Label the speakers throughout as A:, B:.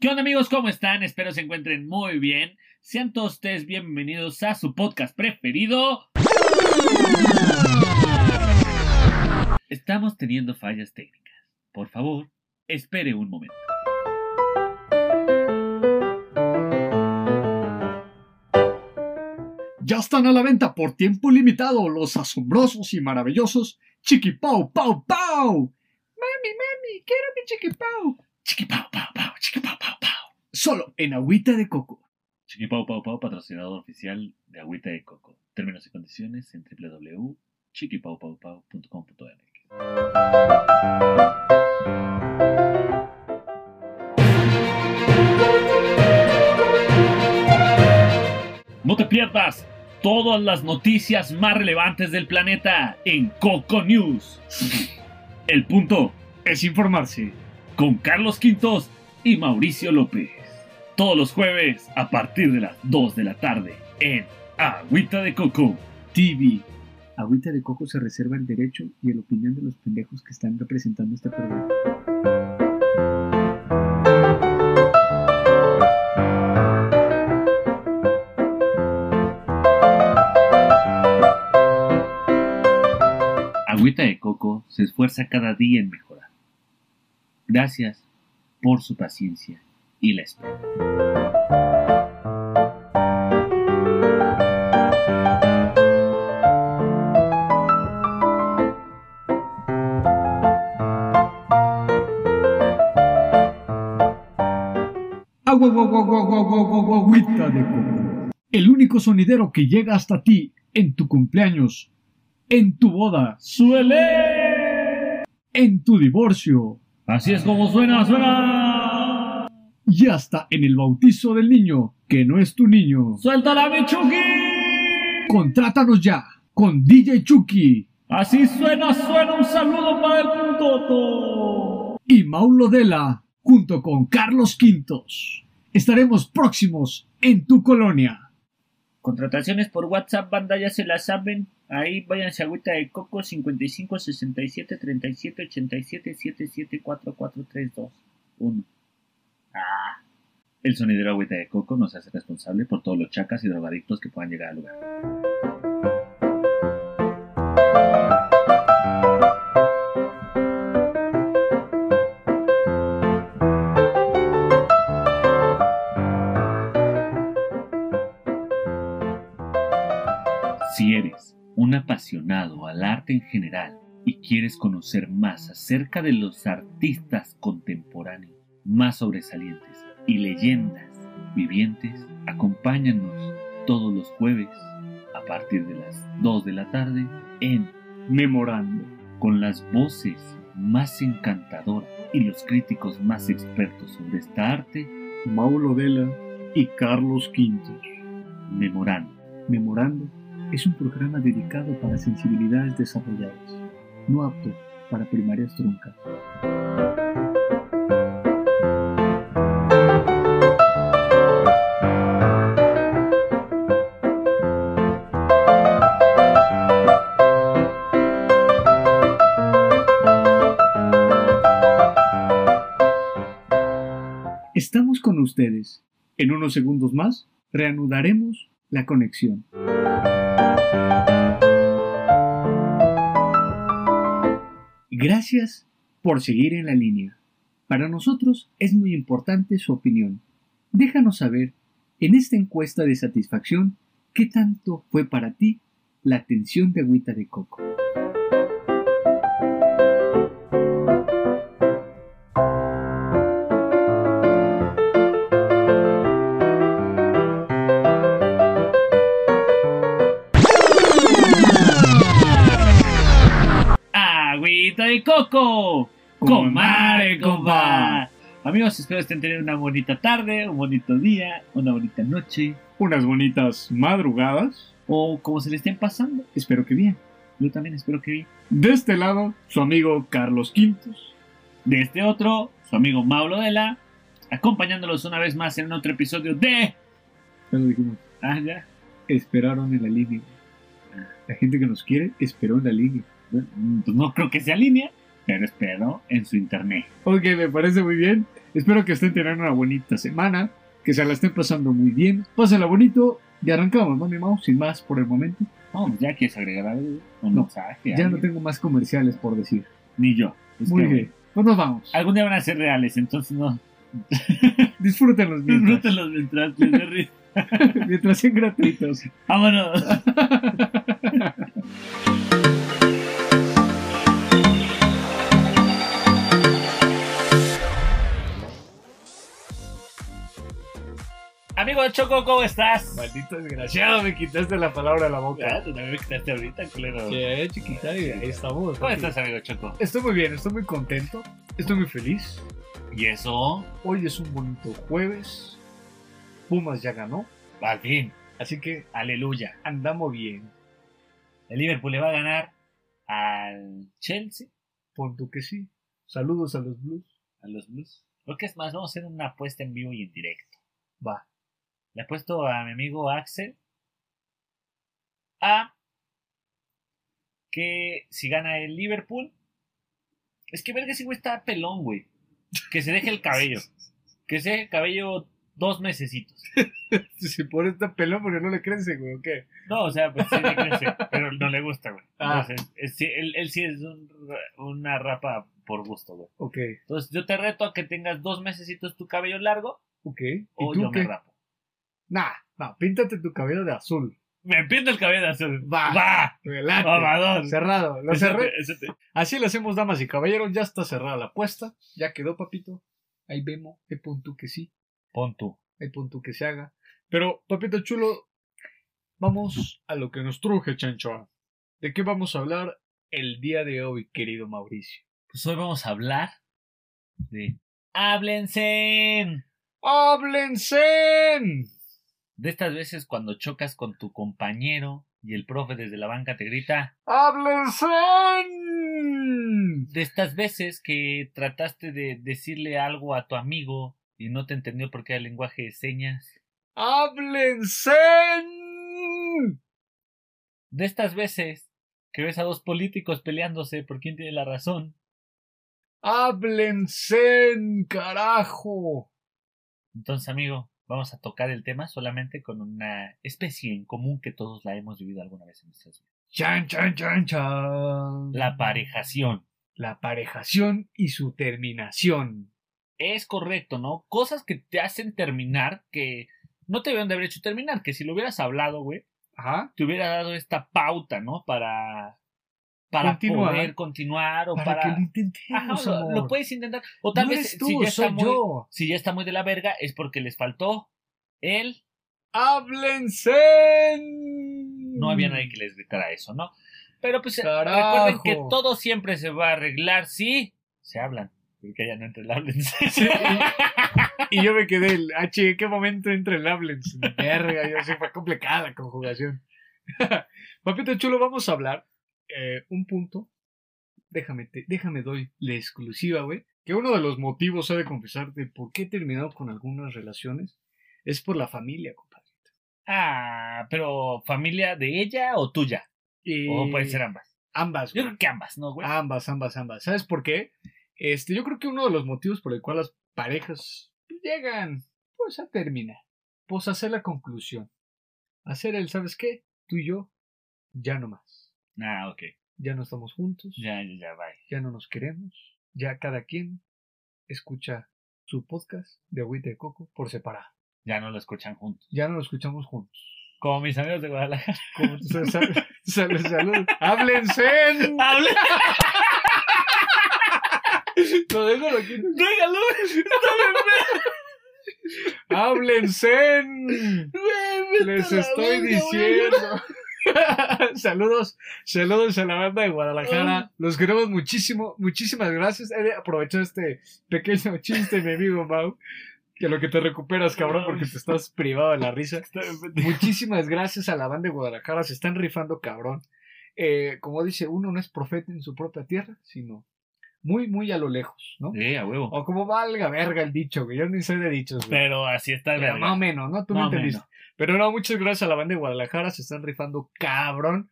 A: ¿Qué onda amigos? ¿Cómo están? Espero se encuentren muy bien. Sean todos ustedes bienvenidos a su podcast preferido. Estamos teniendo fallas técnicas. Por favor, espere un momento.
B: Ya están a la venta por tiempo limitado los asombrosos y maravillosos Chiqui Pau Pau Pau. Mami, mami, quiero mi Chiqui Pau.
A: Chiqui pau pau pau, chiqui pau pau pau.
B: Solo en agüita de coco.
A: Chiqui pau pau pau, patrocinador oficial de Agüita de Coco. Términos y condiciones en www.chiquipaupaupau.com.mx. No te pierdas todas las noticias más relevantes del planeta en Coco News. El punto
B: Es informarse.
A: con Carlos Quintos y Mauricio López. Todos los jueves a partir de las 2 de la tarde en Agüita de Coco.
B: TV. Agüita de coco se reserva el derecho y la opinión de los pendejos que están representando este programa.
A: Agüita de Coco se esfuerza cada día en mejorar. Gracias por su paciencia y la espera.
B: Agua, agua, agua, agua, agua, agua, agua, agua, agüita de coco. El único sonidero que llega hasta ti en tu cumpleaños, en tu boda,
A: ¡Suele!
B: en tu divorcio
A: Así es como suena, suena.
B: y hasta en el bautizo del niño que no es tu niño.
A: ¡Suéltala, Michuki!
B: Contrátanos ya con DJ Chucky
A: Así suena, suena. Un saludo para el Puntoto.
B: y Maulo Dela junto con Carlos Quintos. Estaremos próximos en tu colonia.
A: Contrataciones por WhatsApp, banda, ya se la saben. Ahí váyanse a Agüita de Coco 55 67 37 87 77 4432 1. Ah. El sonidero Agüita de Coco nos hace responsable por todos los chacas y drogadictos que puedan llegar al lugar. Si eres un apasionado al arte en general y quieres conocer más acerca de los artistas contemporáneos más sobresalientes y leyendas vivientes, acompáñanos todos los jueves a partir de las 2 de la tarde en
B: Memorando.
A: con las voces más encantadoras y los críticos más expertos sobre esta arte,
B: Maulo Dela y Carlos Quintos.
A: memorando.
B: Memorando es un programa dedicado para sensibilidades desarrolladas, no apto para primarias truncas. Estamos con ustedes. En unos segundos más reanudaremos la conexión. Gracias por seguir en la línea. Para nosotros es muy importante su opinión. Déjanos saber en esta encuesta de satisfacción qué tanto fue para ti la atención de agüita de coco.
A: Agüita de coco. Comare, compa. Amigos, espero estén teniendo una bonita tarde, un bonito día, una bonita noche,
B: Unas bonitas madrugadas.
A: o como se le estén pasando.
B: Espero que bien.
A: Yo también espero que bien.
B: De este lado, su amigo Carlos Quintos.
A: De este otro, su amigo Mauro Dela, acompañándolos una vez más en otro episodio de.
B: Ya lo dijimos.
A: Ah, ya.
B: Esperaron en la línea. La gente que nos quiere esperó en la línea.
A: Bueno, mm, Pues no creo que sea línea. pero espero en su internet.
B: Ok, me parece muy bien. Espero que estén teniendo una bonita semana, que se la estén pasando muy bien. Pásenla bonito y arrancamos, ¿no, mi Mau? Sin más por el momento.
A: Vamos, Oh, ya quieres agregar algo, un
B: No,
A: mensaje.
B: Ya
A: algo.
B: no tengo más comerciales por decir.
A: Ni yo. Es
B: Muy
A: que,
B: bien. Pues nos vamos.
A: Algún día van a ser reales, entonces no.
B: Disfrútenlos mientras,
A: Disfrútenlos mientras les dé risa.
B: mientras sean gratuitos.
A: Vámonos. Amigo Choco, ¿cómo estás?
B: Maldito desgraciado, me quitaste la palabra de la boca.
A: Ah, tú también me quitaste ahorita, culero.
B: Que chiquita, y ahí estamos.
A: ¿Cómo estás, amigo Choco?
B: Estoy muy bien, estoy muy contento, estoy muy feliz.
A: ¿Y eso?
B: Hoy es un bonito jueves. Pumas ya ganó,
A: Al fin,
B: así que
A: aleluya.
B: andamos bien.
A: El Liverpool le va a ganar al Chelsea,
B: Pon tú que sí. Saludos a los Blues.
A: a los Blues. Lo que es más, vamos a hacer una apuesta en vivo y en directo.
B: Va.
A: Le apuesto a mi amigo Axel a que si gana el Liverpool. Es que verga, ese güey está pelón, güey. Que se deje el cabello. Que se deje el cabello dos mesecitos.
B: Si por esta pelón, porque no le crece, güey, ¿o qué?
A: No, o sea, pues sí le crece, pero no le gusta, güey.
B: Ah.
A: Entonces, es- sí, él, él sí es un ra- una rapa por gusto, güey.
B: Ok,
A: Entonces, yo te reto a que tengas dos mesecitos tu cabello largo
B: ok. ¿Y
A: o
B: tú
A: Oh, yo
B: qué?
A: me rapo.
B: Nah, nah, píntate tu cabello de azul.
A: Me pinto el cabello de azul.
B: Va.
A: Va.
B: Relate.
A: Mamadón.
B: Cerrado, lo
A: Eso
B: cerré.
A: te- eso te-
B: Así lo hacemos, damas y caballeros. Ya está cerrada la apuesta. Ya quedó, papito. Ahí vemos. Hay pon tú que sí.
A: Pon tú.
B: Hay pon tú que se haga. Pero, papito chulo, vamos a lo que nos truje, chancho. ¿De qué vamos a hablar el día de hoy, querido Mauricio?
A: Pues hoy vamos a hablar de. ¡Háblense!
B: ¡Háblense!
A: De estas veces cuando chocas con tu compañero y el profe desde la banca te grita.
B: ¡Háblense!
A: De estas veces que trataste de decirle algo a tu amigo y no te entendió porque era lenguaje de señas.
B: ¡Háblense!
A: De estas veces que ves a dos políticos peleándose por quién tiene la razón.
B: ¡Háblense, carajo!
A: Entonces, amigo, vamos a tocar el tema solamente con una especie en común que todos la hemos vivido alguna vez en nuestras vidas.
B: Chan, chan, chan, chan.
A: La parejación.
B: La parejación y su terminación.
A: Es correcto, ¿no? Cosas que te hacen terminar que no te debieron de haber hecho terminar, que si lo hubieras hablado, güey,
B: Ajá.
A: te hubiera dado esta pauta, ¿no? Para, para
B: Continuar.
A: poder continuar o
B: Para,
A: para...
B: que lo intentemos,
A: Ajá, lo-
B: amor.
A: lo, puedes intentar. O tal
B: No
A: vez
B: eres tú,
A: si, ya está
B: soy
A: muy,
B: yo.
A: si ya está muy de la verga es porque les faltó él.
B: ¡Háblense!
A: No había nadie que les gritara eso, ¿no? Pero pues eh,
B: Mm. Carajo.
A: recuerden que todo siempre se va a arreglar si se hablan. Porque ya no entre el háblense.
B: Sí, y, y yo me quedé el H, ¿en qué momento entra el háblense? Verga, yo sí fue complicada la conjugación. Papito chulo, vamos a hablar eh, un punto. Déjame, te- déjame doy la exclusiva, güey. Que uno de los motivos, he de confesar, de por qué he terminado con algunas relaciones es por la familia, compadre.
A: Ah, pero familia de ella o tuya.
B: Y
A: O pueden ser ambas.
B: ambas,
A: Yo
B: güey.
A: creo que ambas, ¿no, güey?
B: Ambas, ambas, ambas. ¿Sabes por qué? Este, yo creo que uno de los motivos por el cual las parejas llegan, pues a terminar, pues a hacer la conclusión, hacer el, ¿sabes qué? Tú y yo, ya no más,
A: Ah, ok.
B: ya no estamos juntos,
A: Ya, ya, ya, bye.
B: ya no nos queremos, ya cada quien escucha su podcast de agüita de coco por separado,
A: Ya no lo escuchan juntos.
B: ya no lo escuchamos juntos.
A: Como mis amigos de Guadalajara.
B: Como- sal- sal- salud, salud. ¡Háblense!
A: ¡Hablen!
B: Lo dejo, lo quito.
A: ¡Déjalo!
B: ¡Háblense!
A: Güey,
B: Les
A: vete a la
B: estoy
A: verga, güey.
B: diciendo. saludos, saludos a la banda de
A: Ah.
B: Guadalajara. Los queremos muchísimo, muchísimas gracias. He de aprovechar este pequeño chiste, mi amigo Mau. Que lo que te recuperas, cabrón, porque te estás privado de la risa. Muchísimas gracias a la banda de Guadalajara. Se están rifando, cabrón. Eh, como dice, uno no es profeta en su propia tierra, sino muy, muy a lo lejos, ¿no?
A: Sí, a huevo.
B: O como valga verga el dicho, que yo ni sé de dichos, güey.
A: Pero así está el
B: Pero más o
A: verga.
B: menos, ¿no? Tú me
A: Más o
B: entendiste. Pero no, muchas gracias a la banda de Guadalajara, se están rifando cabrón.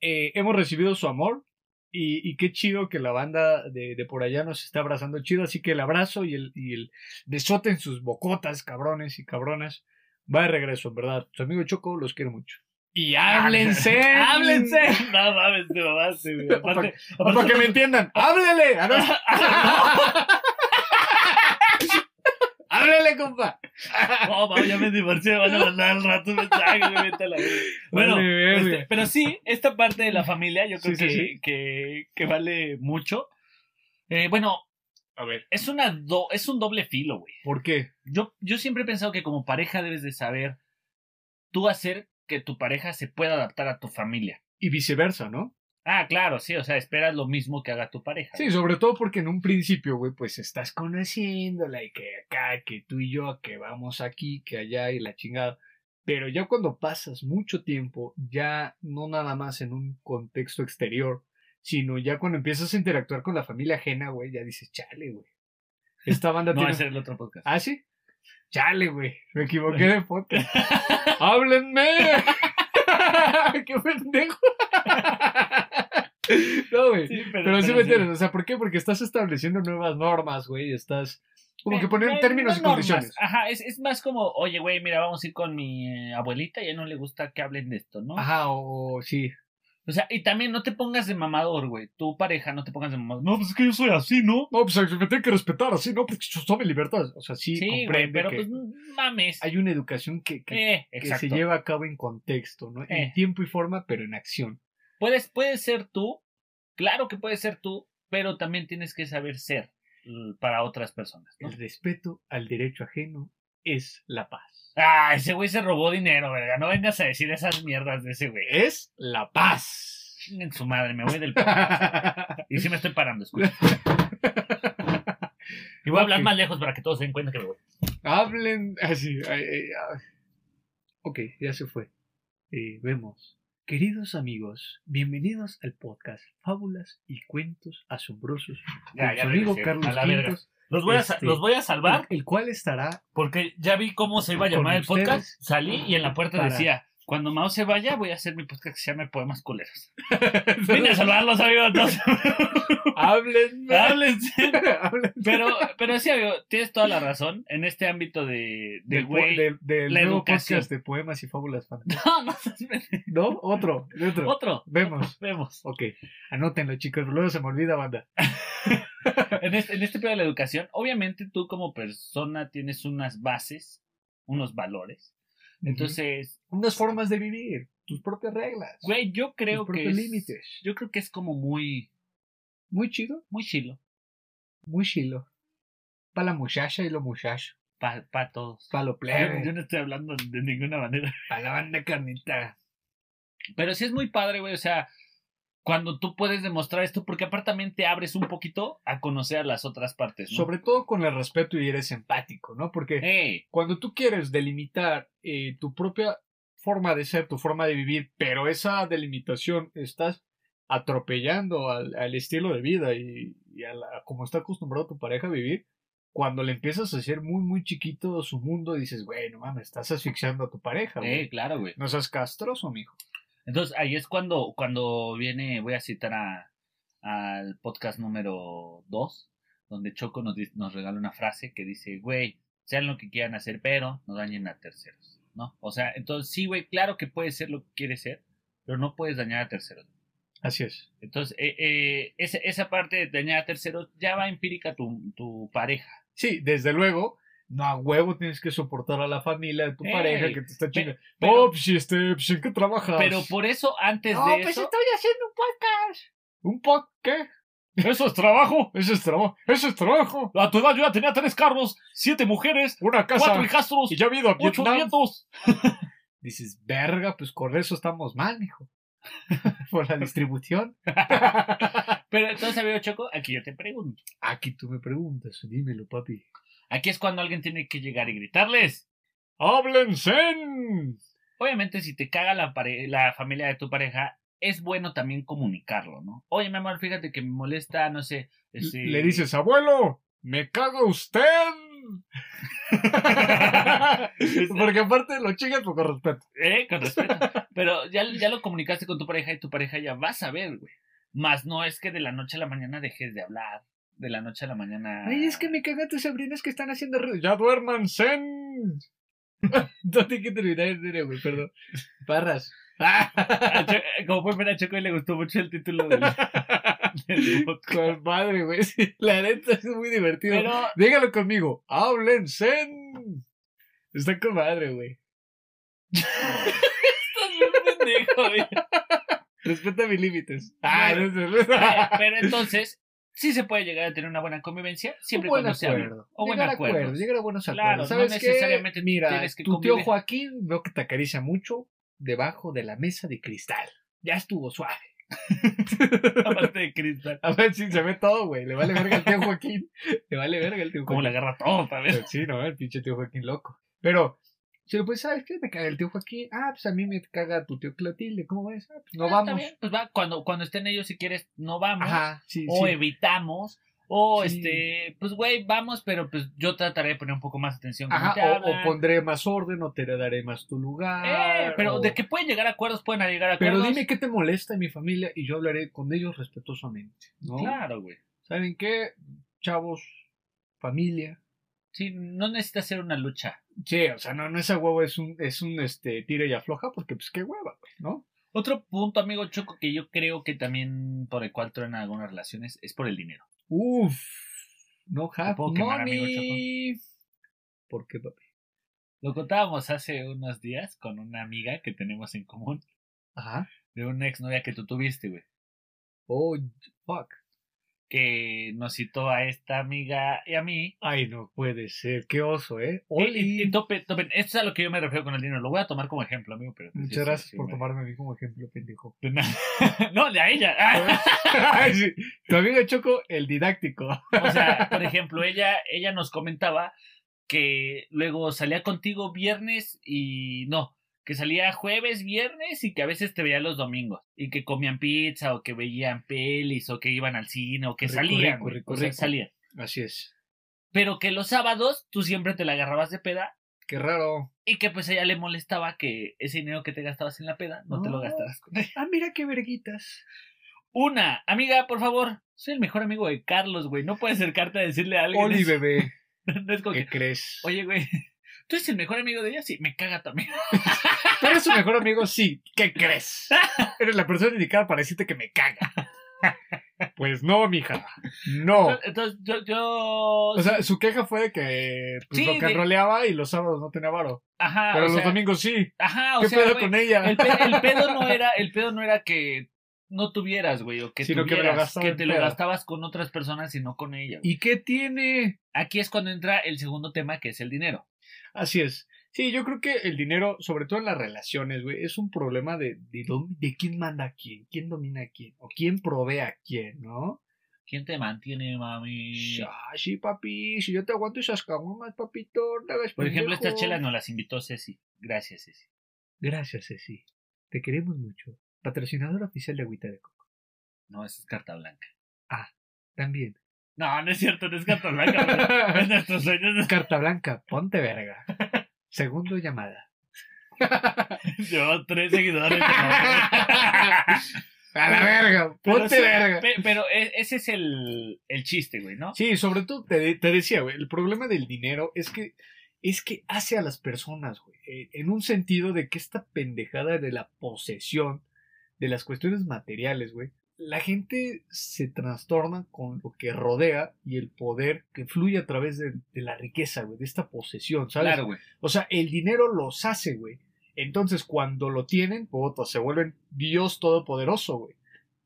B: Eh, hemos recibido su amor, Y, y qué chido que la banda de, de, por allá nos está abrazando chido. Así que el abrazo y el, y el besote en sus bocotas, cabrones y cabronas. Va de regreso, ¿verdad? Su amigo Choco los quiere mucho.
A: Y háblense.
B: Ah, háblense.
A: No mames, te mamaste, güey. Aparte,
B: Para que me entiendan, háblele. Ah, A ver, háblele, compa.
A: no, mames, ya me divorcié, me van a mandar al rato un mensaje, güey, vete a la verga. Bueno,
B: Vale, verga.
A: este, pero sí, esta parte de la familia yo creo
B: Sí, sí,
A: que,
B: sí.
A: Que, que vale mucho. Eh, bueno,
B: A ver,
A: es, una do- es un doble filo, güey.
B: ¿por qué?
A: Yo, yo siempre he pensado que como pareja debes de saber tú hacer que tu pareja se pueda adaptar a tu familia.
B: Y viceversa, ¿no?
A: Ah, claro, sí, o sea, esperas lo mismo que haga tu pareja.
B: Sí, sobre todo porque en un principio, güey, pues estás conociéndola y que acá, que tú y yo, que vamos aquí, que allá y la chingada. Pero ya cuando pasas mucho tiempo, ya no nada más en un contexto exterior, sino ya cuando empiezas a interactuar con la familia ajena, güey, ya dices, chale, güey. Esta banda
A: No,
B: tiene...
A: ese era el otro podcast.
B: ¿Ah, sí? Chale, güey. Me equivoqué de podcast. ¡Háblenme! ¡Qué pendejo! no, güey.
A: Sí,
B: Pero sí me entiendes, o sea, ¿por qué? Porque estás estableciendo nuevas normas, güey, y estás como que
A: Eh,
B: poniendo
A: eh,
B: términos y
A: no normas.
B: condiciones.
A: Ajá, es, es más como, oye, güey, mira, vamos a ir con mi eh, abuelita, ya no le gusta que hablen de esto, ¿no?
B: Ajá, o, o sí.
A: O sea, y también no te pongas de mamador, güey. Tu pareja, no te pongas de mamador. No, pues es que yo soy así, ¿no?
B: No, pues me tiene que respetar, así, ¿no? Porque yo mi libertad. O sea, sí,
A: Sí, güey,
B: comprende
A: pero
B: que
A: pues no mames.
B: hay una educación que, que,
A: Eh,
B: que
A: exacto.
B: se lleva a cabo en contexto, ¿no?
A: Eh.
B: En tiempo y forma, pero en acción.
A: Puedes, puedes ser tú, claro que puedes ser tú, pero también tienes que saber ser eh, para otras personas, ¿no?
B: El respeto al derecho ajeno es la paz.
A: Ah, ese güey se robó dinero, verga. No vengas a decir esas mierdas de ese güey.
B: Es la paz.
A: En su madre, me voy del podcast. Y sí me estoy parando, escucha. Y voy a hablar
B: Ok.
A: más lejos para que todos se den cuenta que me voy.
B: Hablen así. ay, ay, ay. Ok, ya se fue. Eh, vemos. Queridos amigos, bienvenidos al podcast Fábulas y Cuentos Asombrosos
A: Ya,
B: con
A: ya
B: su amigo
A: regresé,
B: Carlos
A: a la verga.
B: Quintos,
A: Los voy, a, sa-
B: Este-
A: los voy a salvar
B: el cual estará
A: porque ya vi cómo se iba a llamar
B: Con
A: el podcast.
B: ustedes.
A: Salí y en la puerta
B: Para.
A: decía, cuando Mao se vaya voy a hacer mi podcast que se llame Poemas Culeros. Vine a ¿Ah? salvarlos, amigos. No se-
B: Háblenme.
A: Háblense.
B: Hablen
A: Pero, pero sí, amigo, tienes toda la razón. En este ámbito de, de
B: del, po-
A: güey...
B: del- del
A: la
B: nuevo
A: educación.
B: podcast de poemas y fábulas fantásticas.
A: No, no seas pendejo.
B: ¿No? Otro, otro.
A: Otro.
B: Vemos.
A: Vemos.
B: Ok, anótenlo, chicos. Luego se me olvida, banda.
A: en este, en este pedo de la educación, obviamente tú como persona tienes unas bases, unos valores. Entonces,
B: Ujú. unas formas de vivir, tus propias reglas,
A: güey, yo creo
B: tus
A: que
B: propios
A: es,
B: límites.
A: yo creo que es como muy
B: Muy chido.
A: muy chilo
B: Muy chilo. Para la muchacha y los muchachos.
A: para todos.
B: Para lo
A: yo, yo
B: plebe.
A: no estoy hablando de ninguna manera.
B: Para la banda carnita.
A: Pero sí es muy padre, güey, o sea, cuando tú puedes demostrar esto, porque aparte también te abres un poquito a conocer a las otras partes, ¿no?
B: Sobre todo con el respeto y eres empático, ¿no? Porque
A: Ey,
B: cuando tú quieres delimitar eh, tu propia forma de ser, tu forma de vivir, pero esa delimitación estás atropellando al, al estilo de vida y, y a la- como está acostumbrado tu pareja a vivir, cuando le empiezas a hacer muy, muy chiquito su mundo, dices, bueno, mames, estás asfixiando a tu pareja, güey.
A: ey, eh, claro, güey.
B: No seas castroso, mijo.
A: Entonces ahí es cuando, cuando viene, voy a citar a, al podcast número 2, donde Choco nos, dice- nos regala una frase que dice, güey, sean lo que quieran hacer, pero no dañen a terceros, ¿no? O sea, entonces sí, güey, claro que puedes ser lo que quieres ser, pero no puedes dañar a terceros.
B: Así es.
A: Entonces, eh, eh, esa, esa parte de dañar a terceros ya va empírica tu, tu pareja.
B: Sí, desde luego, no a huevo tienes que soportar a la familia de tu
A: Ey,
B: pareja que te está chingando.
A: pero-
B: oh, pues, este, pues, ¿en qué trabajas?
A: Pero por eso, antes
B: No,
A: de
B: pues
A: eso...
B: estoy haciendo un podcast. ¿Un podcast? ¿Qué? Eso es trabajo. Eso es trabajo. Eso es trabajo.
A: A tu edad yo ya tenía tres carros, siete mujeres,
B: Una casa.
A: hijastros,
B: Y ya ha habido a Vietnam.
A: nietos.
B: Dices, verga, pues con eso estamos mal, hijo. por la distribución.
A: Pero entonces, amigo Choco, aquí yo te pregunto.
B: Aquí tú me preguntas, dímelo, papi.
A: Aquí es cuando alguien tiene que llegar y gritarles.
B: ¡Háblense!
A: Obviamente, si te caga la, pare- la familia de tu pareja, es bueno también comunicarlo, ¿no? Oye, mi amor, fíjate que me molesta, no sé. este-
B: Le dices, abuelo, me caga usted. Porque aparte lo chingas por respeto.
A: Eh, con respeto. Pero ya, ya lo comunicaste con tu pareja y tu pareja ya va a saber, güey. Más no es que de la noche a la mañana dejes de hablar. De la noche a la mañana.
B: Ay, es que me cagaste, Sabrina, es que están haciendo ruido. ¡Ya duérmanse! no tengo que terminar en serio, güey, perdón. Parras.
A: A Cho- Como pueden ver a Choco le gustó mucho el título del, del podcast.
B: Con madre, güey. sí, la neta es muy divertido.
A: Pero
B: Dígalo conmigo. ¡Háblense! Está con madre, güey.
A: estás bien pendejo, güey.
B: Respeta mis límites. Ah,
A: Bueno.
B: no sé.
A: Eh, Pero entonces, sí se puede llegar a tener una buena convivencia siempre y
B: Un buen
A: cuando se hable.
B: acuerdo.
A: O buen
B: llegar a
A: acuerdo.
B: acuerdos, llegar a buenos
A: Claro,
B: acuerdos.
A: no
B: ¿Sabes
A: necesariamente
B: qué? Mira,
A: tienes que
B: tu tío
A: convivir.
B: Joaquín veo que te acaricia mucho debajo de la mesa de cristal. Ya estuvo suave.
A: Aparte de cristal.
B: A ver si se ve todo, güey. Le vale verga al tío Joaquín. Le vale verga al tío
A: Como
B: Joaquín.
A: le agarra todo, ¿sabes?
B: Pero Sí, no, el pinche tío Joaquín loco. Pero, si pues, ¿sabes qué? Me caga el tío Joaquín. Ah, pues a mí me caga tu tío Clotilde. ¿Cómo ves? Ah, pues no
A: Ah, está
B: vamos.
A: bien, Pues va, cuando, cuando estén ellos, si quieres, no vamos.
B: Ajá, sí,
A: o
B: sí.
A: evitamos. O
B: Sí.
A: este, pues güey, vamos, pero pues yo trataré de poner un poco más atención. cuando te
B: Ajá, o, o
A: hablan.
B: pondré más orden, o te daré más tu lugar.
A: Eh, pero
B: o-
A: de que pueden llegar a acuerdos, pueden llegar a
B: Pero
A: acuerdos.
B: dime qué te molesta en mi familia y yo hablaré con ellos respetuosamente, ¿no?
A: Claro, güey.
B: ¿Saben qué? Chavos, familia.
A: Sí, no necesita ser una lucha.
B: Sí, o sea, no, no esa huevo es un, es un este, tira y afloja porque pues qué hueva, güey, ¿no?
A: Otro punto, amigo Choco, que yo creo que también por el cual truenan algunas relaciones es por el dinero.
B: Uf, no have
A: puedo quemar, amigo
B: money. ¿Por qué, papi?
A: Lo contábamos hace unos días con una amiga que tenemos en común,
B: Ajá.
A: de una exnovia que tú tuviste, güey.
B: Oh, fuck.
A: Que nos citó a esta amiga y a mí.
B: Ay, no puede ser. Qué oso, ¿eh?
A: Y,
B: Oli.
A: y- y tope, tope. Esto es a lo que yo me refiero con el dinero. Lo voy a tomar como ejemplo, amigo. Pero
B: Muchas
A: sí, sí,
B: gracias
A: sí,
B: por
A: me-
B: tomarme a mí como ejemplo, pendejo.
A: De nada. no, de a ella. Ah.
B: Ay, sí. Tu amigo Choco, el didáctico.
A: O sea, por ejemplo, ella, ella nos comentaba que luego salía contigo viernes y no, que salía jueves, viernes y que a veces te veía los domingos y que comían pizza o que veían pelis o que iban al cine o que
B: Rico,
A: salían,
B: rico,
A: güey.
B: rico,
A: O sea,
B: rico.
A: salían.
B: Así es.
A: Pero que los sábados tú siempre te la agarrabas de peda
B: Qué raro.
A: y que pues a ella le molestaba que ese dinero que te gastabas en la peda no, te lo
B: No.
A: gastaras con ella.
B: Ah, mira qué verguitas.
A: Una, amiga, por favor, soy el mejor amigo de Carlos, güey, no puedes acercarte a decirle a alguien.
B: Oli,
A: eso.
B: bebé,
A: No es como que,
B: ¿qué crees?
A: Oye, güey, ¿tú eres el mejor amigo de ella? Sí, me caga también.
B: ¿tú eres su mejor amigo? Sí, ¿qué crees? Eres la persona indicada para decirte que me caga. Pues no, mija, no.
A: Entonces, yo, yo...
B: O sea, su queja fue de que pues,
A: Sí,
B: lo
A: de-
B: roleaba y los sábados no tenía varo.
A: ajá,
B: Pero
A: o
B: los
A: sea,
B: domingos sí.
A: Ajá, o
B: ¿Qué
A: sea,
B: pedo
A: güey,
B: con ella?
A: el, pe- el pedo no era, el pedo no era que no tuvieras, güey, o que
B: Sino que me lo
A: tuvieras,
B: gastaba
A: que
B: en
A: te lo
B: pedo.
A: gastabas con otras personas y no con ella. güey.
B: ¿Y qué tiene?
A: Aquí es cuando entra el segundo tema, que es el dinero.
B: Así es. Sí, yo creo que el dinero, sobre todo en las relaciones, güey, es un problema de, de, dom- de quién manda a quién, quién domina a quién, o quién provee a quién, ¿no?
A: ¿Quién te mantiene, mami?
B: Ah, sí, papi, si yo te aguanto esas caguamas, papito, no hagas
A: Por ejemplo,
B: pendejo.
A: estas chelas nos las invitó Ceci. Gracias, Ceci.
B: Gracias, Ceci. Te queremos mucho. Patrocinador oficial de Agüita de Coco.
A: No, esa es carta blanca.
B: También.
A: No, no es cierto, no es carta blanca. güey. es nuestros sueños.
B: Carta Blanca, ponte verga. Segundo llamada.
A: Yo, tres seguidores. güey.
B: A la verga,
A: Pero
B: ponte
A: sí,
B: verga.
A: pe- Pero e- ese es el, el chiste, güey, ¿no?
B: Sí, sobre todo te, de- te decía, güey, el problema del dinero es que es que hace a las personas, güey, eh, en un sentido de que esta pendejada de la posesión, de las cuestiones materiales, güey, la gente se trastorna con lo que rodea y el poder que fluye a través de, de la riqueza, güey, de esta posesión, ¿sabes?
A: Claro, güey.
B: O sea, el dinero los hace, güey. Entonces, cuando lo tienen, puta, se vuelven Dios todopoderoso, güey.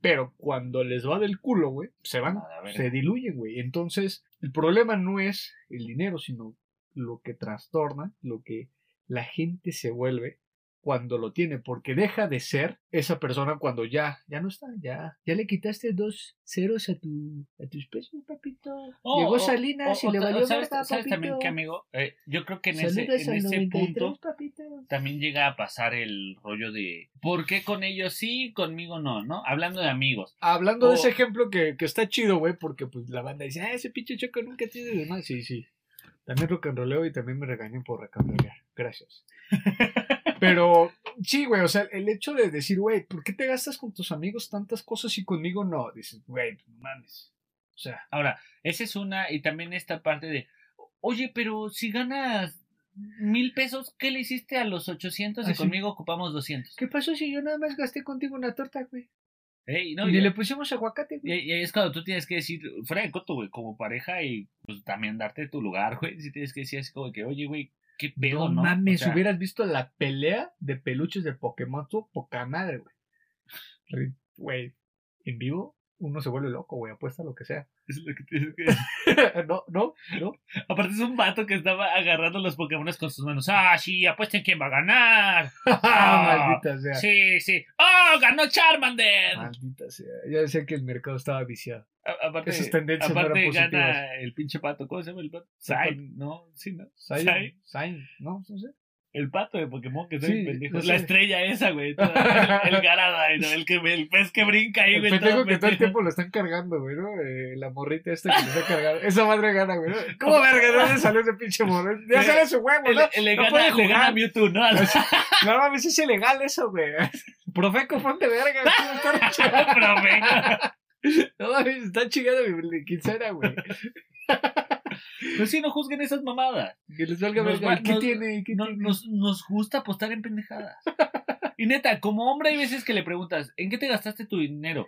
B: Pero cuando les va del culo, güey, se van,
A: A la verga.
B: se diluyen, güey. Entonces, el problema no es el dinero, sino lo que trastorna, lo que la gente se vuelve cuando lo tiene, porque deja de ser esa persona cuando ya, ya no está, ya, ya le quitaste dos ceros a tu, a tus pesos, papito.
A: Oh,
B: Llegó
A: oh,
B: Salinas y
A: O-
B: le
A: o-
B: valió
A: ¿Sabes,
B: verga,
A: sabes también
B: papito.
A: que, amigo? Eh, yo creo que en ese,
B: Saludos
A: en
B: al
A: ese
B: 93,
A: punto
B: papito.
A: también llega a pasar el rollo de ¿por qué con ellos sí, conmigo no, no? Hablando de amigos.
B: Hablando de
A: O-
B: ese ejemplo que, que está chido, güey, porque pues la banda dice, ah, ese pinche choco nunca tiene de más. Sí, sí. También rock and rolleo y también me regañan por rock and rollear. Gracias. Pero sí, güey, o sea, el hecho de decir, güey, ¿por qué te gastas con tus amigos tantas cosas y conmigo no? Dices, güey, no mames. O sea,
A: Ahora, esa es una, y también esta parte de, oye, pero si ganas mil pesos, ¿qué le hiciste a los 800 y
B: Ah, sí.
A: conmigo ocupamos 200?
B: ¿qué pasó si yo nada más gasté contigo una torta, güey?
A: Ey, no,
B: y
A: ya-
B: le pusimos aguacate,
A: Y
B: güey.
A: y ahí es cuando tú tienes que decir, fuera de coto, güey, como pareja y pues también darte tu lugar, güey. Si tienes que decir así como que, oye, güey, qué pedo,
B: No,
A: ¿no?
B: mames,
A: O sea,
B: hubieras visto la pelea de peluches de Pokémon, tú, poca madre, güey. Re- Güey, en vivo uno se vuelve loco, güey, apuesta lo que sea.
A: es lo que tienes que decir.
B: no, no, no.
A: Aparte es un vato que estaba agarrando los Pokémon con sus manos. Ah, sí, apuesten quién va a ganar. Ah,
B: maldita sea.
A: Sí, sí. ¡Oh, ganó Charmander!
B: Maldita sea. Ya decía que el mercado estaba viciado.
A: A- aparte,
B: Esas tendencias no
A: aparte
B: eran positivas.
A: gana el pinche pato. ¿Cómo se llama el pato? Sain, ¿no? Sí, ¿no?
B: Sain,
A: Sai.
B: Sain, ¿no? No sé.
A: El pato de Pokémon que soy
B: Sí,
A: el pendejo.
B: no sé.
A: La estrella esa, güey. toda- El, el garada, ¿no? el, que, el pez que brinca ahí,
B: El
A: güey.
B: pendejo
A: todo
B: que todo el
A: pendejo.
B: tiempo lo están cargando, güey, ¿no? Eh, la morrita esta que se está cargando. Esa madre gana, güey. ¿no? ¿Cómo verga? ¿De dónde salió ese pinche morro? Ya
A: Eh,
B: sale su huevo,
A: El-
B: ¿no?
A: el le,
B: No
A: gana,
B: puede
A: le gana a
B: jugar.
A: Mewtwo, ¿no? Al-
B: No mames, es ilegal eso, güey. Profeco, ponte verga. ¿cómo están chingando?
A: Pero venga.
B: No mames, está chingando mi- mi quincena, güey.
A: Pues sí, no juzguen esas mamadas.
B: Que les valga
A: Nos
B: verga.
A: va-
B: ¿Y ¿Qué
A: nos-
B: tiene? ¿Qué
A: No-
B: tiene?
A: nos, nos gusta apostar en pendejadas. Y neta, como hombre hay veces que le preguntas, ¿en qué te gastaste tu dinero?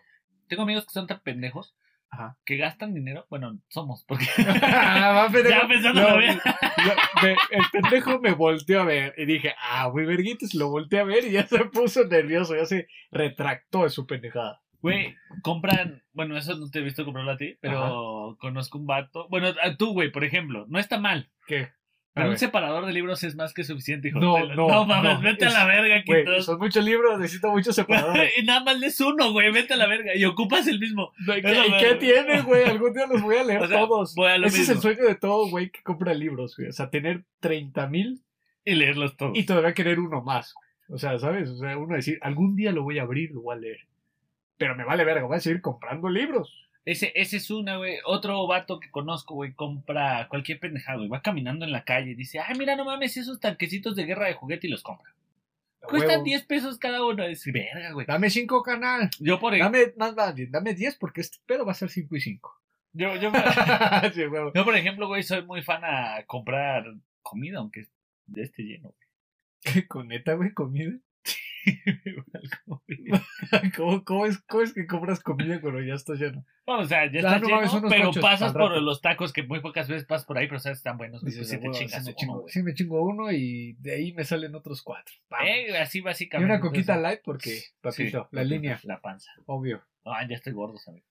A: Tengo amigos que son tan pendejos
B: Ajá.
A: que gastan dinero. Bueno, somos, porque
B: Ah, va, pendejo.
A: ya pensando
B: No,
A: lo bien.
B: yo- me- el pendejo me volteó a ver y dije, ah, güey, verguitos, lo volteé a ver y ya se puso nervioso, ya se retractó de su pendejada.
A: Güey, compran, bueno, eso no te he visto comprarlo a ti, pero conozco un vato. Bueno, a tú, güey, por ejemplo, no está mal.
B: ¿Qué? A
A: Pero un
B: ver.
A: separador de libros es más que suficiente, hijo.
B: No,
A: de la-
B: no,
A: mames,
B: no.
A: vete
B: Es-
A: a la verga,
B: Güey,
A: quitos.
B: son muchos libros, necesito muchos separadores.
A: y nada más lees uno, güey, vete a la verga. Y ocupas el mismo.
B: ¿Qué,
A: Eso me-
B: qué tiene, güey? Algún día los voy a leer
A: O sea,
B: todos.
A: voy a lo
B: Ese es el
A: mismo.
B: sueño de todo, güey, que compra libros, güey. O sea, tener 30 mil
A: Y leerlos todos.
B: y todavía querer uno más. güey. O sea, ¿sabes? O sea, uno decir, algún día lo voy a abrir, lo voy a leer. Pero me vale verga, voy a seguir comprando libros.
A: Ese, ese es una, güey. Otro vato que conozco, güey, compra cualquier pendejado, güey. Va caminando en la calle y dice, ay, mira, no mames, esos tanquecitos de guerra de juguete y los compra.
B: A
A: Cuestan
B: huevo.
A: 10 pesos cada uno. Es verga, güey.
B: Dame 5 canal.
A: Yo por ejemplo,
B: Dame, más, más bien, dame 10 porque este pedo va a ser 5 y 5.
A: yo, yo,
B: sí, huevo.
A: yo, por ejemplo, güey, soy muy fan a comprar comida, aunque de este lleno.
B: Con neta, güey, comida.
A: güey.
B: ¿Cómo, cómo es, cómo es que compras comida cuando ya estás lleno?
A: Bueno, o sea, ya
B: Ah,
A: está
B: no
A: lleno,
B: mames, unos
A: pero
B: cochos
A: pasas
B: al
A: por
B: rato.
A: los tacos que muy pocas veces pasas por ahí, pero sabes que están buenos.
B: Dices,
A: Pues Dices, sí,
B: "Ah,
A: te
B: huevo,
A: chingas
B: sí, me
A: uno,
B: chingo,
A: güey".
B: sí, me chingo uno y de ahí me salen otros cuatro. Vamos.
A: Eh, así
B: y
A: básicamente.
B: una coquita
A: entonces,
B: light porque, papito,
A: sí,
B: la línea,
A: La panza.
B: obvio.
A: Ah, ya estoy gordo, ¿sabes?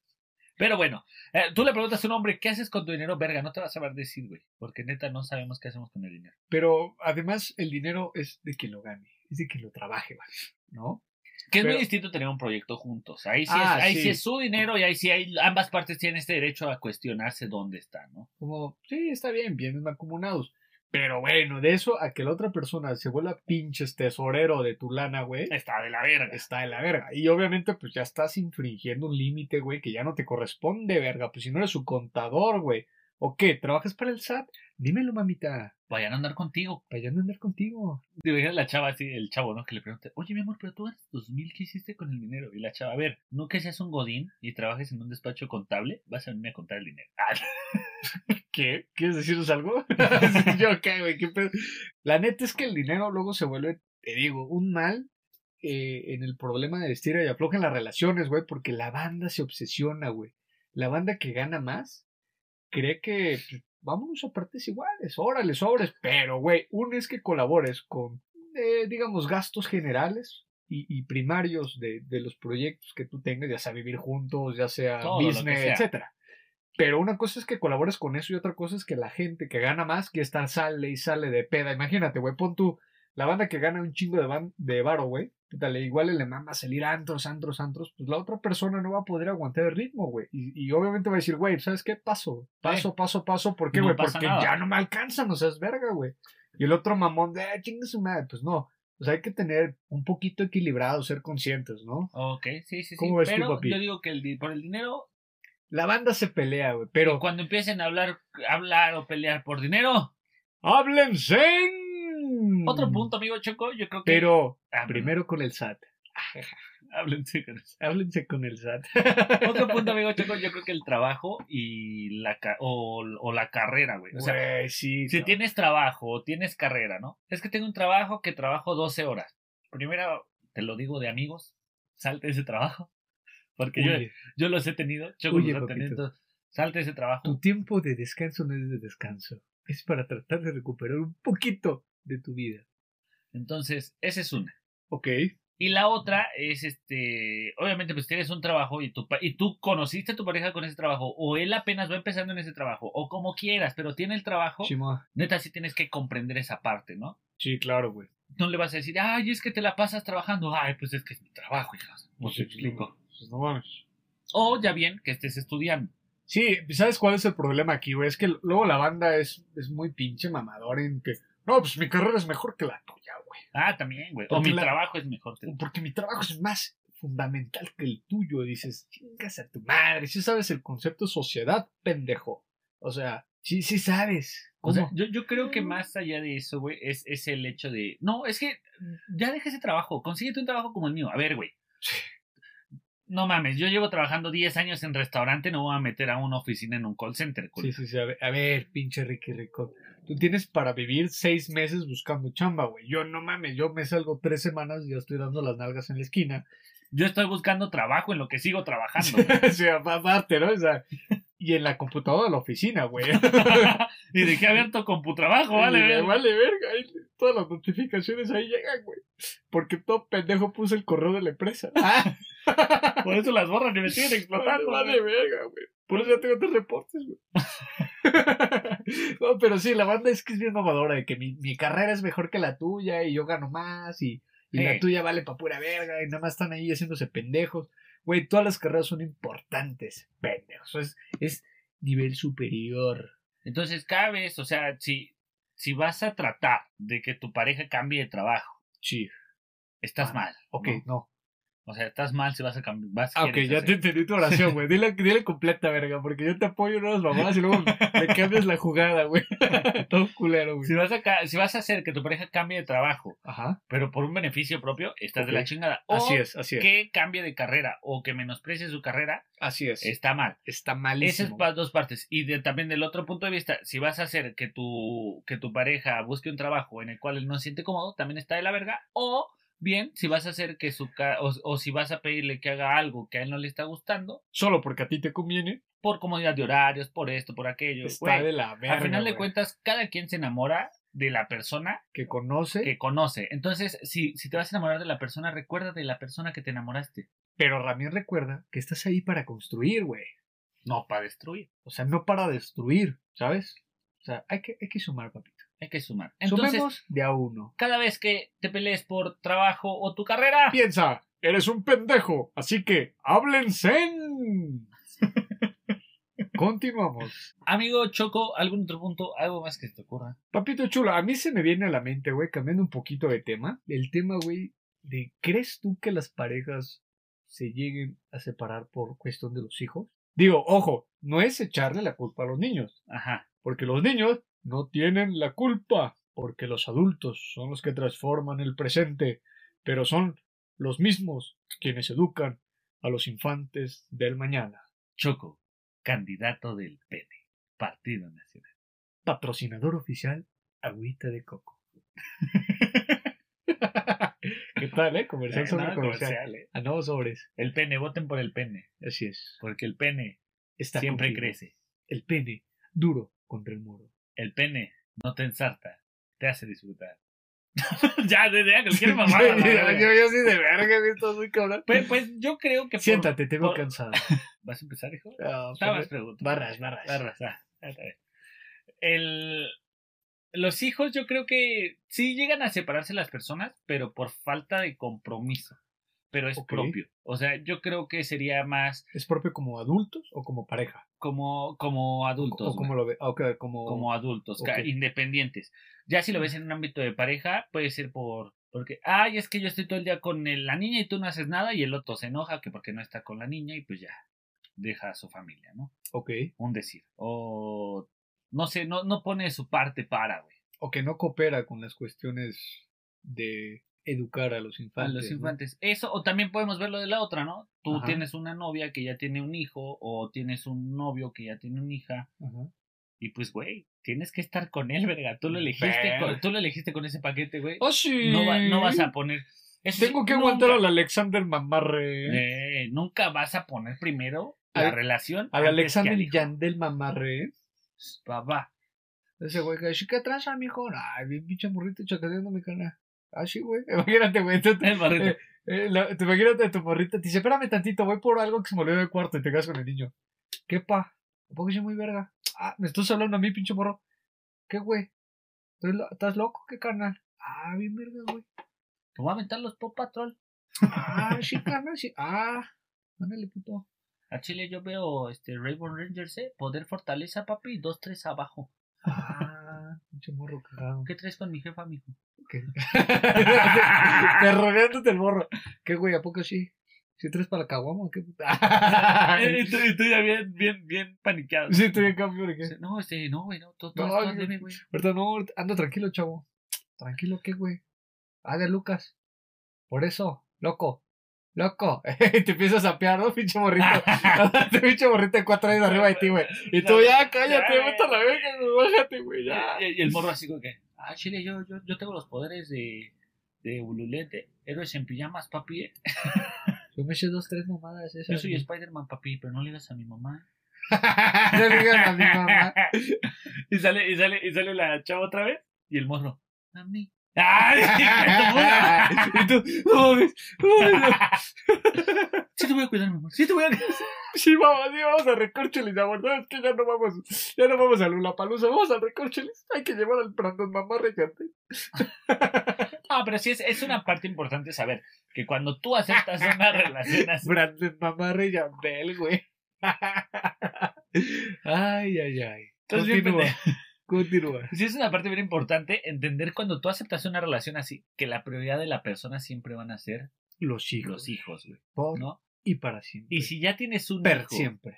A: Pero bueno, eh, tú le preguntas a un hombre, ¿qué haces con tu dinero, verga? No te vas a saber decir, güey. Porque neta no sabemos qué hacemos con el dinero.
B: Pero además el dinero es de quien lo gane, es de quien lo trabaje, güey, ¿no?
A: Que es
B: Pero-
A: muy distinto tener un proyecto juntos. Ahí sí,
B: Ah,
A: es, ahí
B: sí.
A: sí. es su dinero y ahí sí hay, ambas partes tienen este derecho a cuestionarse dónde está, ¿no?
B: Como, sí, está bien, bienes acumulados. Pero bueno, de eso a que la otra persona se vuelva pinches tesorero de tu lana, güey,
A: Está de la verga.
B: está de la verga. Y obviamente, pues ya estás infringiendo un límite, güey, que ya no te corresponde, verga. Pues si no eres su contador, güey. ¿O qué? ¿Trabajas para el SAT? Dímelo, mamita,
A: Vayan a andar contigo.
B: para ya no andar contigo.
A: Te imaginas la chava así, el chavo, ¿no? Que le pregunta, oye, mi amor, pero tú ganas dos mil, ¿qué hiciste con el dinero? Y la chava, a ver, no que seas un godín y trabajes en un despacho contable, vas a venirme a contar el dinero. Ah,
B: ¿Qué? ¿Quieres decirnos algo? Yo, ¿qué, güey? ¿Qué pedo? La neta es que el dinero luego se vuelve, te digo, un mal eh, en el problema de estira y afloja en las relaciones, güey, porque la banda se obsesiona, güey. La banda que gana más cree que pues, vámonos a partes iguales, órale, sobres, pero, güey, uno es que colabores con, eh, digamos, gastos generales. Y, y primarios de, de los proyectos que tú tengas, ya sea vivir juntos, ya sea
A: Todo lo que
B: business,
A: sea.
B: etcétera. Pero una cosa es que colabores con eso y otra cosa es que la gente que gana más quiere estar sale y sale de peda. Imagínate, güey, pon tú la banda que gana un chingo de, van, de varo, güey. Dale, igual le manda a salir antros, antros, antros. Pues la otra persona no va a poder aguantar el ritmo, güey. Y, y obviamente va a decir, güey, ¿sabes qué? Paso, paso, paso, paso. ¿Por qué,
A: Eh. No
B: güey?
A: pasa
B: Porque
A: nada.
B: ya no me alcanzan, o sea, es verga, güey. Y el otro mamón de, ah, chinga su madre. Pues no. O sea, hay que tener un poquito equilibrado, ser conscientes, ¿no?
A: Ok, sí, sí, sí.
B: ¿Cómo ves tú,
A: pero
B: papi?
A: yo digo que el di- por el dinero,
B: La banda se pelea, güey,
A: pero
B: pero.
A: cuando empiecen a hablar, hablar o pelear por dinero,
B: ¡Háblense!
A: Otro punto, amigo Choco, yo creo que...
B: Mm. Pero
A: Ah,
B: primero con el SAT.
A: háblense con eso.
B: Háblense con el SAT.
A: Otro punto, amigo Choco, yo creo que el trabajo y la ca- o, o la carrera, güey. O sea,
B: Güey, sí.
A: si
B: no.
A: tienes trabajo o tienes carrera, ¿no? Es que tengo un trabajo que trabajo 12 horas. Primero, te lo digo de amigos, salte de ese trabajo. Porque yo,
B: Oye,
A: yo los he tenido, Choco
B: Huye,
A: los ha tenido.
B: papito.
A: entonces, Salte de ese trabajo.
B: tu tiempo de descanso no es de descanso. Es para tratar de recuperar un poquito de tu vida.
A: Entonces, esa es una.
B: Ok.
A: Y la otra es, este, obviamente, pues tienes un trabajo y, tu, pa- y tú conociste a tu pareja con ese trabajo, o él apenas va empezando en ese trabajo, o como quieras, pero tiene el trabajo,
B: Chimoa.
A: neta, sí tienes que comprender esa parte, ¿no?
B: Sí, claro, güey.
A: No le vas a decir, ay, es que te la pasas trabajando, ay, pues es que es mi trabajo, hijas. No se explico.
B: Pues no mames.
A: O ya bien que estés estudiando.
B: Sí, ¿sabes cuál es el problema aquí, güey? Es que luego la banda es, es muy pinche mamadora en que, no, pues mi carrera es mejor que la tuya, güey.
A: Ah, también, güey. O
B: Porque
A: mi
B: la-
A: trabajo es mejor. que-
B: Porque mi trabajo es más fundamental que el tuyo. Dices, chingas a tu madre. Sí sabes el concepto sociedad, pendejo. O sea, sí, sí sabes.
A: O sea,
B: ¿Cómo? Mm.
A: yo, yo creo que más allá de eso, güey, es, es el hecho de. No, es que ya deja ese trabajo. Consíguete un trabajo como el mío. A ver, güey. No mames, yo llevo trabajando 10 años en restaurante, no voy a meter a una oficina en un call center.
B: Sí,
A: culo.
B: sí, sí. A ver, a ver, pinche Ricky Rico. Tú tienes para vivir seis meses buscando chamba, güey. Yo no mames, yo me salgo tres semanas y ya estoy dando las nalgas en la esquina.
A: Yo estoy buscando trabajo en lo que sigo trabajando. güey.
B: o sea, aparte, ¿no? O sea, y en la computadora de la oficina, güey.
A: y dejé abierto con trabajo, vale,
B: Y,
A: ver.
B: vale, verga. ahí todas las notificaciones ahí llegan, güey. Porque todo pendejo puso el correo de la empresa. Ah,
A: Por eso las borran y me siguen explotando. güey.
B: vale, verga, güey. Por eso ya tengo tres reportes, güey. no, pero sí, la banda es que es bien mamadora de que mi, mi carrera es mejor que la tuya y yo gano más y, y
A: Eh.
B: la tuya vale pa' pura verga y nada más están ahí haciéndose pendejos. Güey, todas las carreras son importantes, pendejos. Es, es nivel superior.
A: Entonces, cada vez, o sea, si, si vas a tratar de que tu pareja cambie de trabajo,
B: Sí.
A: estás
B: Ah,
A: mal.
B: Ok,
A: ¿no?
B: no.
A: O sea, estás mal si vas a cambiar. Vas,
B: Ah, ok,
A: quieres
B: ya
A: hacer-
B: te entendí tu oración, güey. Dile, dile completa, verga, porque yo te apoyo en unas mamadas y luego me cambias la jugada, güey. Todo culero, güey.
A: Si vas, a, ca- si vas a hacer que tu pareja cambie de trabajo,
B: Ajá.
A: pero por un beneficio propio, estás
B: Ok.
A: de la chingada. O
B: Así es, así es.
A: que cambie de carrera o que menosprecie su carrera,
B: Así es.
A: está mal.
B: Está
A: Esas
B: malísimo.
A: pa- dos partes. Y de- también del otro punto de vista, si vas a hacer que tu, que tu pareja busque un trabajo en el cual él no se siente cómodo, también está de la verga. O bien, si vas a hacer que su... ca- O, o si vas a pedirle que haga algo que a él no le está gustando,
B: Solo porque a ti te conviene,
A: por comodidad de horarios, por esto, por aquello.
B: está
A: güey.
B: de la verga.
A: Al final de
B: güey,
A: cuentas, cada quien se enamora de la persona
B: que conoce,
A: que conoce. Entonces, si, si te vas a enamorar de la persona, recuerda de la persona que te enamoraste.
B: pero también recuerda que estás ahí para construir, güey.
A: No para destruir.
B: O sea, no para destruir, ¿sabes? O sea, hay que, hay que sumar, papito.
A: Hay que sumar. Entonces,
B: Sumemos de a uno.
A: cada vez que te pelees por trabajo o tu carrera,
B: Piensa, eres un pendejo, así que háblense. Continuamos.
A: amigo Choco, algún otro punto, algo más que te ocurra.
B: Papito chulo, a mí se me viene a la mente, güey, cambiando un poquito de tema, el tema, güey, de ¿crees tú que las parejas se lleguen a separar por cuestión de los hijos? Digo, ojo, no es echarle la culpa a los niños,
A: Ajá.
B: porque los niños no tienen la culpa, porque los adultos son los que transforman el presente, pero son los mismos quienes educan a los infantes del mañana.
A: Choco, candidato del PT, Partido Nacional.
B: patrocinador oficial Agüita de Coco. ¿Qué tal, eh? Comercial
A: Eh,
B: sobre
A: no,
B: comercial.
A: comercial, eh.
B: Andamos sobres.
A: El pene, voten por el pene,
B: Así es.
A: porque el pene
B: Está
A: siempre
B: contigo.
A: crece.
B: El pene duro contra el muro.
A: El pene no te ensarta, te hace disfrutar. ya, desde ya, cualquier mamada. la verga.
B: sí de verga, güey, estás muy cabrón.
A: Pues, pues yo creo que. por-
B: Siéntate, te veo
A: por-
B: cansado.
A: ¿Vas a empezar, hijo?
B: Ah,
A: Estabas
B: pero-
A: preguntando.
B: barras, barras.
A: Barras, ah, ah, está bien. El... Los hijos, yo creo que sí llegan a separarse las personas, pero por falta de compromiso. Pero es
B: Ok.
A: propio. O sea, yo creo que sería más
B: ¿Es propio como adultos o como pareja?
A: como, como adultos.
B: o como
A: güey.
B: lo ve. ah, ok, como.
A: como adultos, ca-
B: Ok.
A: independientes. Ya si lo ves en un ámbito de pareja, puede ser por porque ay, es que yo estoy todo el día con el- la niña y tú no haces nada y el otro se enoja que porque no está con la niña y pues ya deja a su familia, ¿no?
B: Ok.
A: Un decir. O no sé, no no pone de su parte para, güey.
B: o que no coopera con las cuestiones de educar a los
A: A
B: infantes.
A: los
B: ¿no?
A: infantes. Eso, o también podemos verlo de la otra, ¿no? Tú
B: Ajá.
A: tienes una novia que ya tiene un hijo, o tienes un novio que ya tiene una hija,
B: Ajá.
A: y pues, güey, tienes que estar con él, verga. Tú lo elegiste,
B: Ver.
A: con, tú lo elegiste con ese paquete, güey.
B: Oh, sí.
A: No, va- no vas a poner. Eso
B: Tengo
A: sí,
B: que aguantar
A: nunca-
B: al Alexander Mamarre.
A: Eh, nunca vas a poner primero la
B: Al-
A: relación.
B: Al
A: antes
B: Alexander
A: que al-
B: Yandel Mamarre. ¿eh?
A: Papá.
B: Ese güey que "Sí, ¿qué tranza, mijo? Ay, bien pinche morrito chacateando mi cana. Así, güey. Imagínate, güey. tú-
A: El barrito.
B: Eh, eh, la- te imagínate a tu morrita. Te dice, espérame tantito, voy por algo que se me olvidó del cuarto y te quedas con el niño. ¿Qué pa? ¿Tampoco soy muy verga? Ah, me estás hablando a mí, pinche morro. ¿Qué, güey? ¿Estoy lo- ¿Estás loco? ¿Qué carnal? Ah, bien verga, güey.
A: Te voy a aventar los Pop Patrol.
B: Ah, sí, carnal, sí. Ah, ándale, puto.
A: A Chile yo veo este Rainbow Rangers, ¿eh? Poder Fortaleza, papi, dos, tres abajo.
B: Ah, pinche morro cagado.
A: ¿Qué traes con mi jefa, mijo?
B: te rodeándote el morro. ¿Qué, güey? ¿A poco sí? ¿Sí traes para la caguama o qué?
A: Eh, tú- tú ya bien, bien, bien paniqueado.
B: sí, estoy en cambio de qué.
A: No, este, no, güey, no, todo,
B: No,
A: todo,
B: yo-
A: bien, güey.
B: Ahorita no, ahorita- anda tranquilo, chavo. Tranquilo, ¿qué, güey? Ah, de Lucas. Por eso, loco. Loco. Y te empiezas a pear, ¿no, pinche morrito? Este pinche morrito de cuatro años arriba de ti, güey. Y tú ya, cállate,
A: Ya,
B: vete a la verga, güey, bájate, güey, ya.
A: Y, y el morro así como que, ah, Chile, yo, yo, yo tengo los poderes de, de Ululete, héroes en pijamas, papi. eh.
B: Yo me eché dos, tres mamadas esas.
A: Yo soy
B: güey.
A: Spider-Man, papi, pero no le digas a mi mamá.
B: No le digas a mi mamá.
A: y, sale, y, sale, y sale la chava otra vez y el morro, mami. ¡Ay!
B: y tú, no mames, no mames.
A: Sí te voy a cuidar, mi amor. Sí te voy a cuidar.
B: Sí, vamos, sí, vamos a Recorcholis, amor. No, es que ya no vamos, ya no vamos a Lula Palusa, vamos a Recorcholis. Hay que llevar al Brandon Mamá Regante.
A: Ah, pero sí es, es una parte importante saber que cuando tú aceptas una relación así,
B: Brandon Mamá Regante, güey. ay, ay, ay.
A: Estás bien
B: Continúa,
A: pendejo.
B: continúa.
A: sí es una parte bien importante entender cuando tú aceptas una relación así, que la prioridad de la persona siempre van a ser
B: Los hijos,
A: los hijos, güey,
B: por
A: ¿no?
B: y para siempre.
A: Y si ya tienes un
B: per
A: hijo
B: siempre.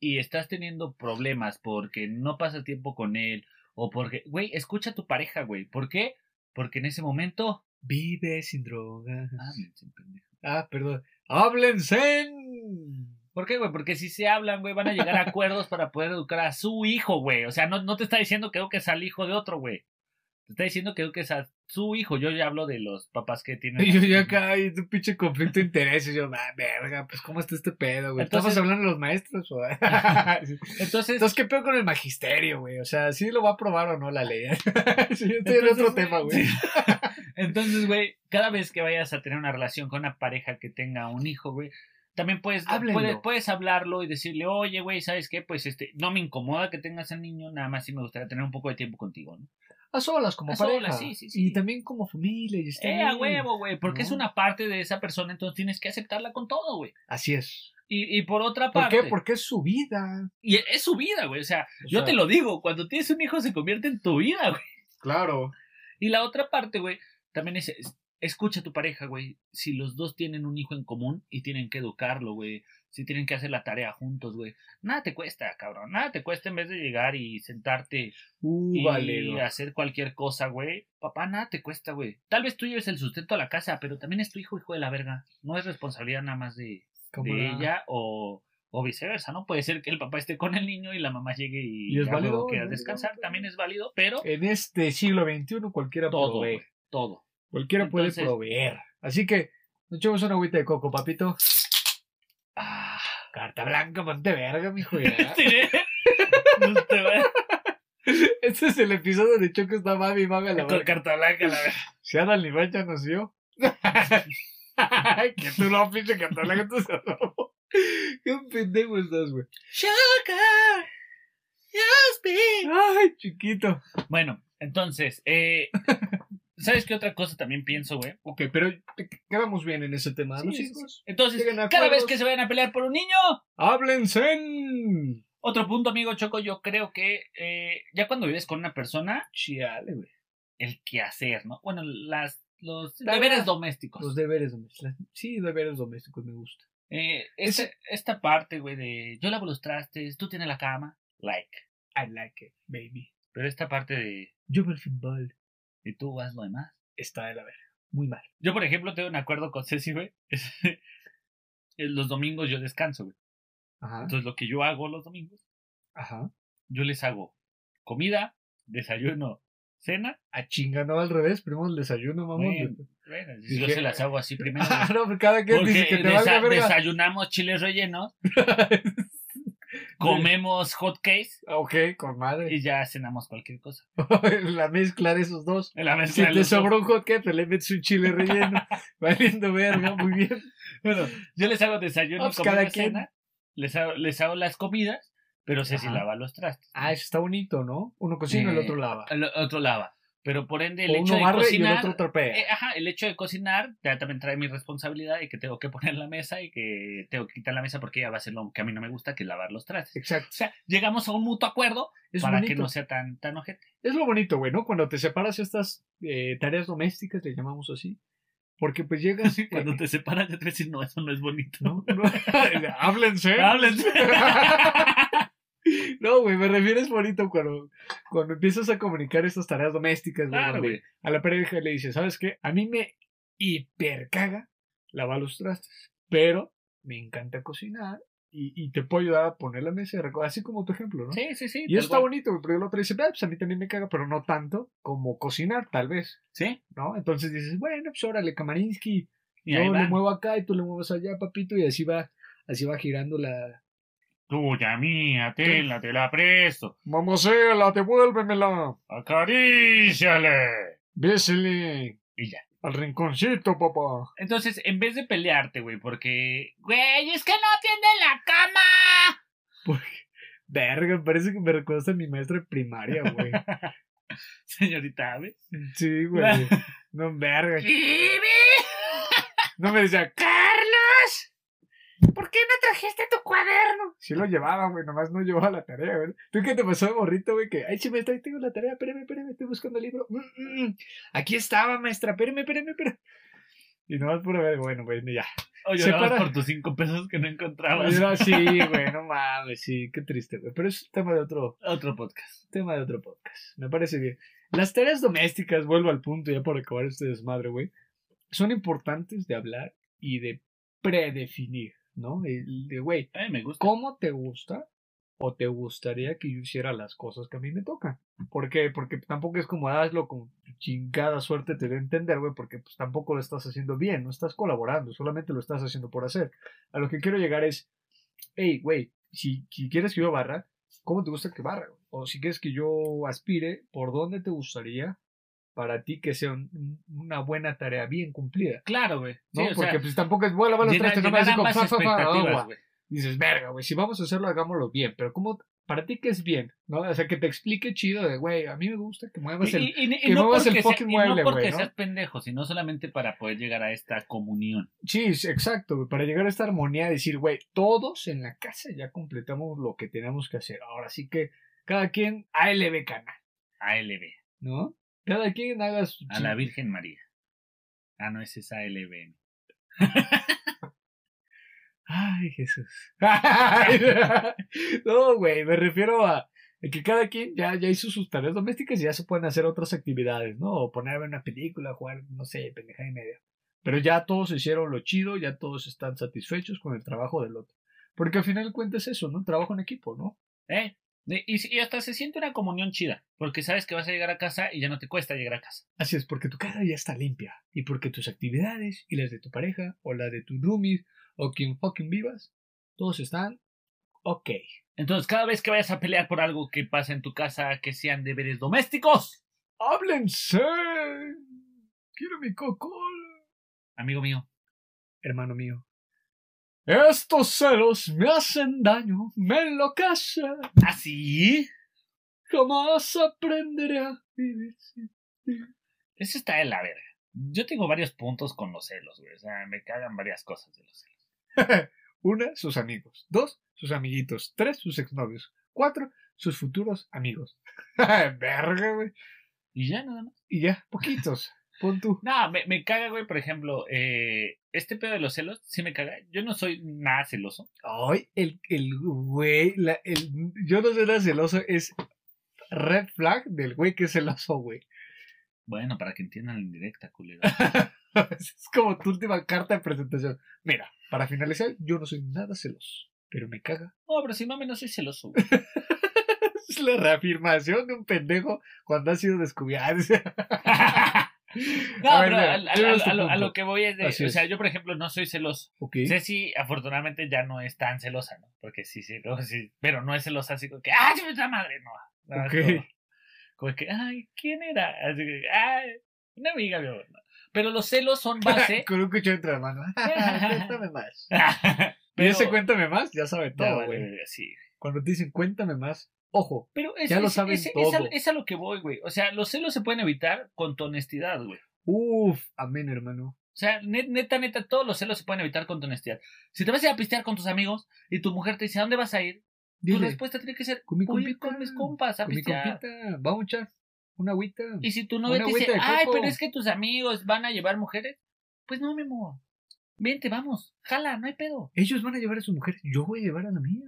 A: y estás teniendo problemas porque no pasas tiempo con él o porque, güey, escucha a tu pareja, güey. ¿Por qué? Porque en ese momento...
B: Vive sin droga.
A: Ah, bien, sin pendejo.
B: Ah, perdón. ¡Háblense!
A: ¿Por qué, güey? Porque si se hablan, güey, van a llegar a acuerdos para poder educar a su hijo, güey. O sea, no, no te está diciendo que eduques al hijo de otro, güey. Te está diciendo que eduques a su hijo. Yo ya hablo de los papás que tienen...
B: Y yo ya acá, y tu pinche conflicto de intereses. Yo, ah, verga, pues cómo está este pedo, güey.
A: Entonces-
B: Estamos hablando de los maestros, güey.
A: Entonces,
B: Entonces, ¿qué pedo con el magisterio, güey? O sea, ¿sí lo va a aprobar o no la ley? sí, yo estoy en
A: Entonces,
B: otro tema, güey.
A: Entonces, güey, cada vez que vayas a tener una relación con una pareja que tenga un hijo, güey, también puedes,
B: Háblenlo.
A: puedes, puedes hablarlo y decirle, oye, güey, ¿sabes qué? Pues este, no me incomoda que tengas al niño, nada más sí me gustaría tener un poco de tiempo contigo, ¿no?
B: A solas, como
A: A
B: pareja.
A: solas, sí, sí, sí.
B: Y también como familia. Y está
A: Eh, a
B: bien.
A: huevo, güey, porque
B: No.
A: es una parte de esa persona, entonces tienes que aceptarla con todo, güey.
B: Así es.
A: Y, y por otra
B: ¿Por
A: parte,
B: qué? Porque es su vida.
A: y es- es su vida, güey, o sea,
B: O
A: yo
B: sea,
A: te lo digo, cuando tienes un hijo se convierte en tu vida, güey.
B: Claro.
A: Y la otra parte, güey, también es, es- escucha a tu pareja, güey. Si los dos tienen un hijo en común y tienen que educarlo, güey. Si tienen que hacer la tarea juntos, güey. Nada te cuesta, cabrón. Nada te cuesta en vez de llegar y sentarte
B: Uh,
A: y
B: valero.
A: hacer cualquier cosa, güey. Papá, nada te cuesta, güey. Tal vez tú lleves el sustento a la casa, pero también es tu hijo, hijo de la verga. No es responsabilidad nada más de, de
B: Camarada.
A: ella o, o viceversa, ¿no? Puede ser que el papá esté con el niño y la mamá llegue y,
B: Y es
A: ya luego
B: válido,
A: quieras
B: ¿no?
A: descansar. También es válido, pero
B: En este siglo XXI cualquiera
A: Todo,
B: provee.
A: güey. todo.
B: Cualquiera
A: Entonces-
B: puede proveer. Así que, nos echamos una agüita de coco, papito.
A: Ah.
B: Carta blanca, ponte verga, mijo. ya.
A: No te va-
B: este es el episodio de Choco está mami, mami a la
A: Con
B: verga.
A: carta blanca, la verdad.
B: Si Adam Iván ya nos dio. que tú lo pinche carta blanca, tú se robó. Qué pendejo estás, güey. Ay, chiquito.
A: Bueno, entonces, eh, ¿sabes qué otra cosa también pienso, güey?
B: Ok, pero te- quedamos bien en ese tema, ¿no,
A: Sí, sí,
B: chicos?
A: Entonces,
B: Lleguen a
A: cada vez
B: acuerdos.
A: que se vayan a pelear por un niño,
B: ¡Háblense! en-
A: otro punto, amigo Choco, yo creo que eh, ya cuando vives con una persona,
B: Chiale, güey.
A: el quehacer, ¿no? Bueno, las, los
B: Tareas.
A: deberes domésticos.
B: Los deberes domésticos. Sí, deberes domésticos me gusta.
A: Eh, ese- esta parte, güey, de yo lavo los trastes, tú tienes la cama, like.
B: I like it, baby.
A: Pero esta parte de
B: Yo veo el fútbol.
A: y tú vas lo demás.
B: Está de la verga. Muy mal.
A: Yo, por ejemplo, tengo un acuerdo con Ceci, güey. eh, los domingos yo descanso, güey.
B: Ajá.
A: Entonces, lo que yo hago los domingos,
B: Ajá.
A: yo les hago comida, desayuno, cena.
B: A chinga, no al revés. Primero el desayuno, mamón.
A: Bueno. Bueno, yo
B: Dije-
A: se las hago así primero. güey.
B: Ah, no, pues cada que
A: Porque
B: dice que te valga
A: desa-
B: verga.
A: desayunamos chiles rellenos, comemos hot cakes
B: ok, con madre.
A: y ya cenamos cualquier cosa.
B: la mezcla de esos dos.
A: En la mezcla
B: Si
A: de
B: te
A: los dos.
B: sobró un hot cake, pues le metes un chile relleno. Valiendo verga, muy bien.
A: Bueno, yo les hago desayuno,
B: Ah, pues,
A: comida,
B: cada quien.
A: cena, les hago, les hago las comidas, pero Ceci
B: Ajá.
A: lava los trastes.
B: Ah, eso está bonito, ¿no? Uno cocina,
A: Eh,
B: el otro lava.
A: El otro lava. Pero por ende, el
B: O
A: hecho
B: uno
A: de
B: barre y el
A: cocinar.
B: otro trapea.
A: eh, ajá, el hecho de cocinar ya también trae mi responsabilidad y que tengo que poner la mesa y que tengo que quitar la mesa porque ella va a hacer lo que a mí no me gusta, que es lavar los trastes.
B: Exacto.
A: O sea, llegamos a un mutuo acuerdo
B: Es
A: para
B: bonito.
A: que no sea tan, tan ojete.
B: Es lo bonito, güey, ¿no? Cuando te separas estas eh, tareas domésticas, le llamamos así. Porque pues llegas. eh,
A: Cuando te separas, yo te voy a decir, no, eso no es bonito.
B: ¿no? No, Háblense.
A: Háblense.
B: No, güey, me refieres bonito cuando, cuando empiezas a comunicar estas tareas domésticas, güey,
A: Claro,
B: donde
A: güey.
B: A la pareja le dices, ¿sabes qué? A mí me hipercaga lavar los trastes, pero me encanta cocinar y, y te puedo ayudar a poner la mesa, de recu- así como tu ejemplo, ¿no?
A: Sí, sí, sí.
B: Y
A: tal
B: eso está
A: cual.
B: bonito, güey, porque el otro dice, "Ah, pues a mí también me caga, pero no tanto como cocinar, tal vez.
A: Sí.
B: ¿no? Entonces dices, bueno, pues órale, Kamarinsky,
A: Y ahí
B: yo le
A: van.
B: muevo acá y tú le mueves allá, papito, y así va, así va girando la...
A: Tuya mía, tenla, te la presto.
B: Mamacela, devuélvemela,
A: Acaríciale.
B: bésele.
A: Y ya.
B: Al rinconcito, papá.
A: Entonces, en vez de pelearte, güey, porque. Güey, es que no tiende la cama.
B: Verga, parece que me recuerdas a mi maestra de primaria, güey.
A: Señorita Ave.
B: Sí, güey. No, verga.
A: ¡Vivi!
B: No me decía, "¿Qué?".
A: ¡Carlos! ¿Por qué no trajiste tu cuaderno?
B: sí lo llevaba, güey, nomás no llevaba la tarea, güey. ¿Tú qué te pasó de morrito, güey? Que, ay, sí, maestra, ahí tengo la tarea, espérame, espérame, estoy buscando el libro. Mm, mm, mm. Aquí estaba, maestra, espérame, espérame, espérame. Y nomás por ver, bueno, pues ya.
A: O
B: Se
A: llorabas
B: para-
A: por tus cinco pesos que no encontrabas.
B: Era así, güey, no mames, sí, qué triste, güey. Pero es tema de otro,
A: Otro podcast.
B: tema de otro podcast. Me parece bien. Las tareas domésticas, vuelvo al punto ya por acabar este desmadre, güey. Son importantes de hablar y de predefinir, ¿no? El de, güey,
A: A mí me gusta.
B: ¿cómo te gusta o te gustaría que yo hiciera las cosas que a mí me tocan? ¿Por qué? Porque tampoco es como "Ah, hazlo con tu chingada suerte te de entender, güey, porque pues tampoco lo estás haciendo bien, no estás colaborando, solamente lo estás haciendo por hacer. A lo que quiero llegar es, hey, güey, si, si quieres que yo barra, ¿cómo te gusta que barra? güey? O si quieres que yo aspire, ¿por dónde te gustaría para ti que sea un- una buena tarea bien cumplida?
A: Claro, güey.
B: ¿no?
A: Sí, o
B: Porque
A: sea,
B: pues tampoco es, bueno, lavar los
A: llena-
B: trastes, no me
A: llenar
B: hace
A: ambas expectativas, güey.
B: dices, verga, güey, si vamos a hacerlo, hagámoslo bien. Pero ¿cómo? Para ti, ¿qué es bien? ¿No? O sea, que te explique chido de, güey, a mí me gusta que muevas el...
A: Y- y- y- y
B: que
A: no
B: muevas el
A: porque sea-
B: fucking
A: y No
B: mueble,
A: porque
B: güey, ¿no?
A: seas pendejo, sino solamente para poder llegar a esta comunión.
B: Chis, exacto, güey, para llegar a esta armonía, decir, güey, todos en la casa ya completamos lo que tenemos que hacer. Ahora sí que cada quien ALB canal,
A: ALB.
B: ¿no? Cada quien haga su...
A: A la Virgen María. Ah, no, ese es ALB.
B: Ay, Jesús. no, güey, me refiero a a que cada quien ya, ya hizo sus tareas domésticas y ya se pueden hacer otras actividades, ¿no? O poner a ver una película, jugar, no sé, pendeja y media. Pero ya todos hicieron lo chido, ya todos están satisfechos con el trabajo del otro. Porque al final cuentas eso, ¿no? Trabajo en equipo, ¿no?
A: ¿Eh? De- Y, y hasta se siente una comunión chida, porque sabes que vas a llegar a casa y ya no te cuesta llegar a casa.
B: Así es, porque tu cara ya está limpia. Y porque tus actividades y las de tu pareja, o las de tu roomies, o quien fucking vivas, todos están ok.
A: Entonces, cada vez que vayas a pelear por algo que pasa en tu casa, que sean deberes domésticos,
B: ¡Háblense! ¡Quiero mi cocola!
A: amigo mío,
B: Hermano mío. Estos celos me hacen daño, me enloquecen.
A: ¿así?
B: Jamás aprenderé a vivir sin ti.
A: Eso está de la verga. Yo tengo varios puntos con los celos, güey. O sea, me cagan varias cosas de los celos.
B: Una, sus amigos. Dos, sus amiguitos. Tres, sus exnovios. Cuatro, sus futuros amigos. Verga, güey.
A: Y ya nada más.
B: Y ya, poquitos. Pon tú.
A: No, me, me caga, güey, por ejemplo, eh, este pedo de los celos, sí me caga. Yo no soy nada celoso.
B: Ay, el, el güey, la- el, yo no sé nada celoso, es red flag del güey que se lanzó, güey.
A: Bueno, para que entiendan la indirecta, culero.
B: es como tu última carta de presentación. Mira, para finalizar, yo no soy nada celoso, pero me caga.
A: No, pero si mami no soy celoso, güey.
B: Es la reafirmación de un pendejo cuando ha sido descubierto. Ah,
A: No,
B: A ver,
A: pero
B: mira,
A: a, a-
B: yo veo
A: a-
B: tu
A: a lo, a lo
B: punto.
A: que voy es de.
B: Así
A: o
B: es.
A: sea, yo, por ejemplo, no soy celoso.
B: ok.
A: Ceci, afortunadamente, ya no es tan celosa, ¿no? Porque sí, sí, no, sí, pero no es celosa así como que, ¡ay, se me está madre! No. no,
B: Ok.
A: es Como, como que, ¡ay, quién era! Así que, ¡ay, una amiga, mi amor". Pero los celos son base.
B: Con un cuchillo entre la mano. cuéntame más.
A: pero,
B: Y ese cuéntame más, ya sabe
A: Ya,
B: todo,
A: vale,
B: güey.
A: verga, sí.
B: Cuando te dicen cuéntame más, ojo,
A: Pero es,
B: Ya lo
A: es-
B: saben
A: es- es
B: todo.
A: a, es a lo que voy, güey. O sea, los celos se pueden evitar con tu honestidad, güey.
B: uff, amén, hermano.
A: O sea, net- neta, neta, todos los celos se pueden evitar con tu honestidad. Si te vas a ir a pistear con tus amigos y tu mujer te dice, ¿a dónde vas a ir? Tu
B: Dile,
A: respuesta tiene que ser,
B: con mi
A: voy a ir
B: compita,
A: Pues con mis compas a
B: con mi
A: pistear.
B: compita, vamos a echar una agüita.
A: Y si tu novia
B: Una
A: te dice,
B: agüita de
A: ay,
B: coco".
A: pero es que tus amigos van a llevar mujeres, pues no, mi amor. Vente, vamos, jala, no hay pedo.
B: Ellos van a llevar a sus mujeres, yo voy a llevar a la mía.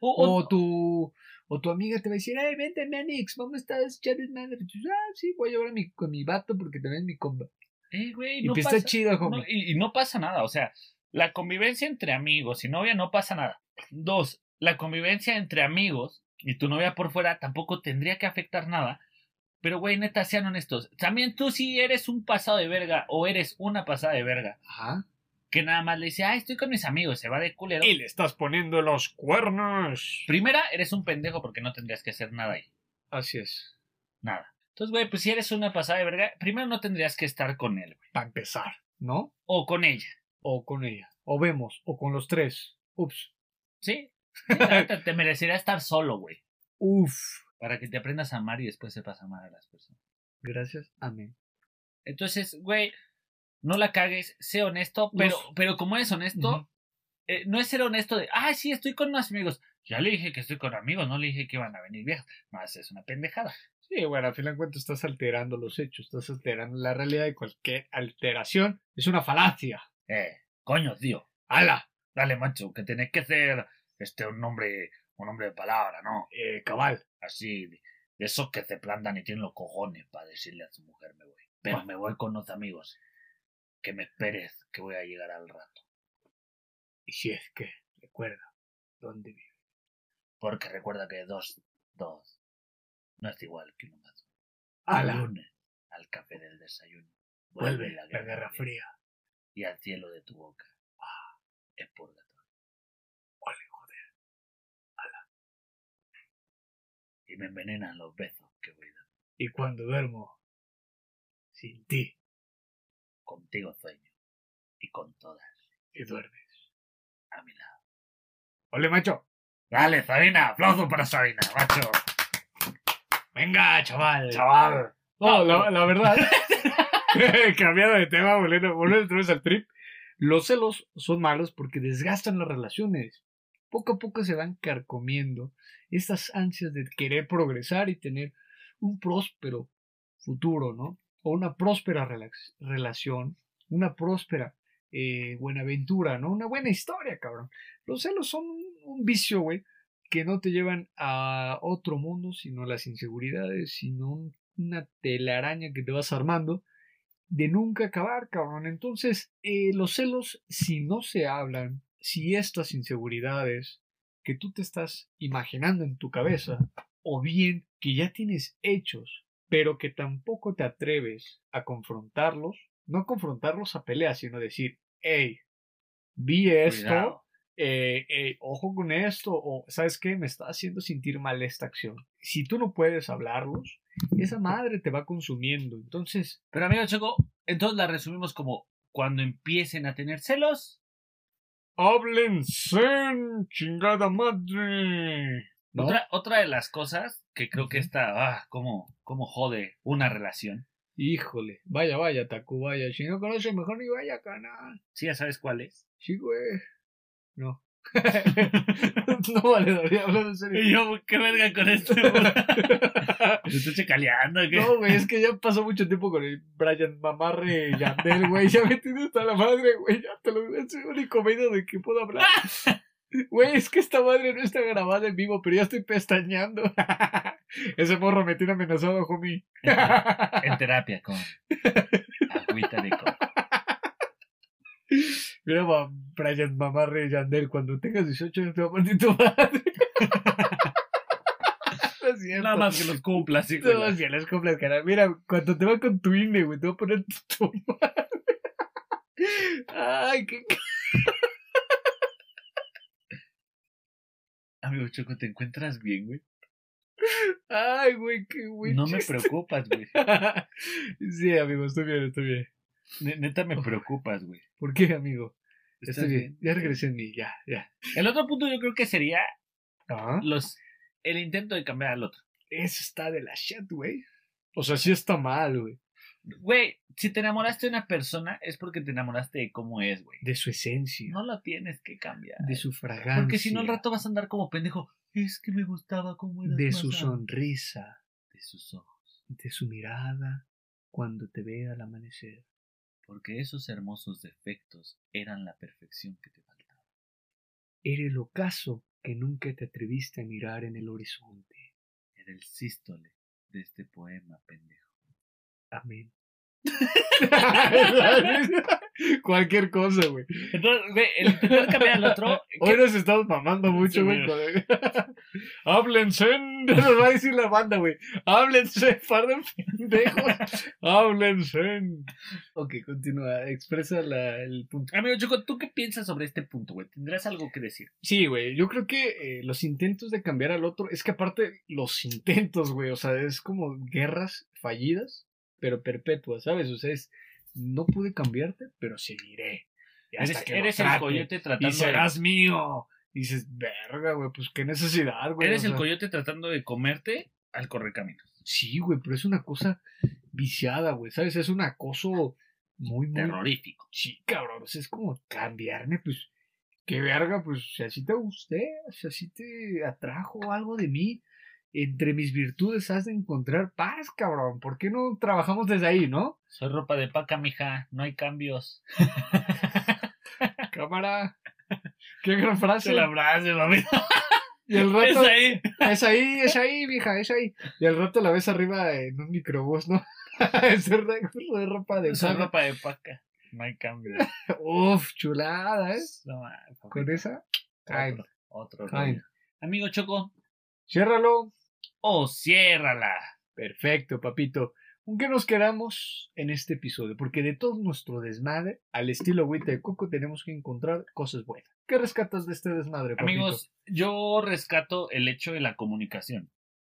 A: O, o-
B: O tu, o tu amiga te va a decir, ay, vente, Manix, ¿cómo estás? Chavis, madre. Y tú, Ah, sí, voy a llevar a mi, con mi vato porque también es mi compa.
A: eh, güey,
B: Y
A: no
B: pues
A: pasa,
B: está chido, homie.
A: no, y, y no pasa nada, o sea, la convivencia entre amigos y novia no pasa nada. Dos, la convivencia entre amigos y tu novia por fuera tampoco tendría que afectar nada. Pero, güey, neta, sean honestos. También tú si eres un pasado de verga o eres una pasada de verga
B: Ajá.
A: que nada más le dice, ah, estoy con mis amigos, se va de culero.
B: le estás poniendo los cuernos.
A: Primera, eres un pendejo porque no tendrías que hacer nada ahí.
B: Así es.
A: Nada. Entonces, güey, pues si eres una pasada de verga, primero no tendrías que estar con él, güey.
B: Para empezar, ¿no?
A: O con ella.
B: O con ella. O vemos, o con los tres. Ups.
A: ¿Sí? Sí, la neta, te merecería estar solo, güey.
B: Uf.
A: Para que te aprendas a amar y después sepas amar a las personas.
B: Gracias, amén.
A: Entonces, güey, no la cagues, sé honesto, pero,
B: Los-
A: pero como eres honesto,
B: Ujú.
A: eh, no es ser honesto de, ah, sí, estoy con unos amigos. Ya le dije que estoy con amigos, no le dije que iban a venir viejas. Más es una pendejada.
B: Sí, bueno, al final de cuentas estás alterando los hechos, estás alterando la realidad y cualquier alteración es una falacia.
A: Eh, coño, tío.
B: ¡Hala!
A: Dale, macho, que tenés que ser este, un hombre, un hombre de palabra, ¿no?
B: Eh, cabal.
A: así, de de esos que se plantan y tienen los cojones para decirle a su mujer me voy. Pero me voy con los amigos. Que me esperes, que voy a llegar al rato.
B: Y si es que, recuerda, ¿dónde vive?
A: Porque recuerda que dos, dos, no es igual que uno más. Al
B: ¡Hala!
A: lunes, al café del desayuno,
B: Vuelve la guerra fría.
A: y al cielo de tu boca. Es purgatorio.
B: Ole,
A: Ah. joder. Y me envenenan los besos que voy dando.
B: Y cuando duermo, sin ti,
A: Contigo sueño. Y con todas
B: y duermes.
A: a mi lado.
B: ¡Ole, macho!
A: Dale, Sabina, aplauso para Sabina, macho.
B: ¡Venga, chaval!
A: Chaval.
B: No, la, la verdad. cambiado de tema, volviendo, volviendo otra vez al trip. Los celos son malos porque desgastan las relaciones. Poco a poco se van carcomiendo estas ansias de querer progresar y tener un próspero futuro, ¿no? O una próspera relax- relación, una próspera eh, buena aventura, ¿no? Una buena historia, cabrón. Los celos son un, un vicio, güey, que no te llevan a otro mundo, sino a las inseguridades, sino un una telaraña que te vas armando de nunca acabar, cabrón. Entonces, eh, los celos, si no se hablan, si estas inseguridades que tú te estás imaginando en tu cabeza, o bien que ya tienes hechos, pero que tampoco te atreves a confrontarlos, no confrontarlos a pelea, sino decir, hey, vi esto,
A: Cuidado.
B: eh, eh, ojo con esto, o sabes qué, me está haciendo sentir mal esta acción. Si tú no puedes hablarlos, esa madre te va consumiendo. Entonces,
A: Pero amigo Choco, entonces la resumimos como cuando empiecen a tener celos.
B: háblense, chingada madre. ¿No?
A: Otra, otra de las cosas que creo que está, ah, cómo, cómo jode una relación.
B: Híjole, vaya, vaya, Tacubaya. Si no conoces, mejor ni vaya, canal.
A: Sí, ya sabes cuál es.
B: Sí, güey. No. no vale, David, hablando en serio.
A: Y yo, qué verga con esto. Me estoy checaleando, ¿qué?
B: No, güey, es que ya pasó mucho tiempo con el Brian Mamarre Yandel, güey. Ya me tiene hasta la madre, güey. Ya te lo es el único medio de que puedo hablar. Güey, es que esta madre no está grabada en vivo, pero ya estoy pestañando. Ese morro me tiene amenazado, homie.
A: En terapia con agüita de coco.
B: Mira, ma- Brian Mamarre Yandel, cuando tengas 18 años te va a partir tu madre. No es cierto.
A: Nada más que los cumplas, hijo. de
B: No,
A: la-
B: si las compras, cara. Mira, cuando te va con tu INE, güey, te va a poner tu tu madre. Ay, qué
A: Amigo Choco, ¿te encuentras bien, güey?
B: Ay, güey, qué güey.
A: No me preocupas, güey.
B: sí, amigo, estoy bien, estoy bien.
A: Ne- Neta me preocupas, güey.
B: ¿Por qué, amigo?
A: ¿Estás
B: Estoy bien. Ya regresé en mí, ya, ya.
A: El otro punto yo creo que sería
B: Ah,
A: los el intento de cambiar al otro.
B: Eso está de la shit, güey. O sea, sí está mal, güey.
A: Güey, si te enamoraste de una persona es porque te enamoraste de cómo es, güey.
B: De su esencia,
A: No lo tienes que cambiar.
B: de su fragancia,
A: Porque si no al rato vas a andar como pendejo. Es que me gustaba cómo eras
B: de
A: más
B: su
A: a-
B: sonrisa,
A: De sus ojos.
B: de su mirada cuando te vea al amanecer.
A: Porque esos hermosos defectos eran la perfección que te faltaba.
B: Era el ocaso que nunca te atreviste a mirar en el horizonte.
A: Era el sístole de este poema, pendejo.
B: Amén. Cualquier cosa, güey.
A: Entonces, güey, el intentar cambiar al otro.
B: Hoy nos estamos mamando
A: Sí,
B: mucho, güey.
A: mira.
B: con- Háblense, en- nos va a decir la banda, güey. Háblense, par de pendejos. Háblense. en- Ok, continúa, expresa la- el punto.
A: Amigo Choco, ¿tú qué piensas sobre este punto, güey? ¿Tendrás algo que decir?
B: Sí, güey, yo creo que eh, los intentos de cambiar al otro, es que aparte los intentos, güey, o sea, es como guerras fallidas, pero perpetuas, ¿sabes? O sea, es, no pude cambiarte, pero seguiré. Hasta
A: Eres,
B: que lo
A: eres el
B: trate.
A: coyote tratando
B: y serás mío. Y dices, verga, güey, pues qué necesidad,
A: de...
B: güey.
A: Eres
B: o
A: el
B: sea,
A: coyote tratando de comerte al correcaminos.
B: Sí, güey, pero es una cosa viciada, güey, ¿sabes? Es un acoso muy, muy...
A: Terrorífico.
B: Sí, cabrón, o sea, es como cambiarme, pues, qué verga, pues, si así te gusté, si así te atrajo algo de mí, entre mis virtudes has de encontrar paz, cabrón. ¿Por qué no trabajamos desde ahí, no?
A: Soy ropa de paca, mija. No hay cambios.
B: Cámara. Qué gran frase.
A: frase, mami.
B: Y el rato...
A: ahí.
B: Es ahí, es ahí, mija, es ahí. Y al rato la ves arriba en un microbús, ¿no? Ese recurso de ropa de
A: Soy
B: paca.
A: ropa de paca. No hay cambios.
B: Uf, chulada, ¿eh?
A: No, ma-
B: Con esa. Ay,
A: Otro, otro
B: ay.
A: rollo. Amigo Choco,
B: Ciérralo.
A: o ciérrala.
B: Perfecto, papito. ¿Con qué nos quedamos en este episodio? Porque de todo nuestro desmadre, al estilo agüita de coco, tenemos que encontrar cosas buenas. ¿Qué rescatas de este desmadre, papito?
A: Amigos, yo rescato el hecho de la comunicación.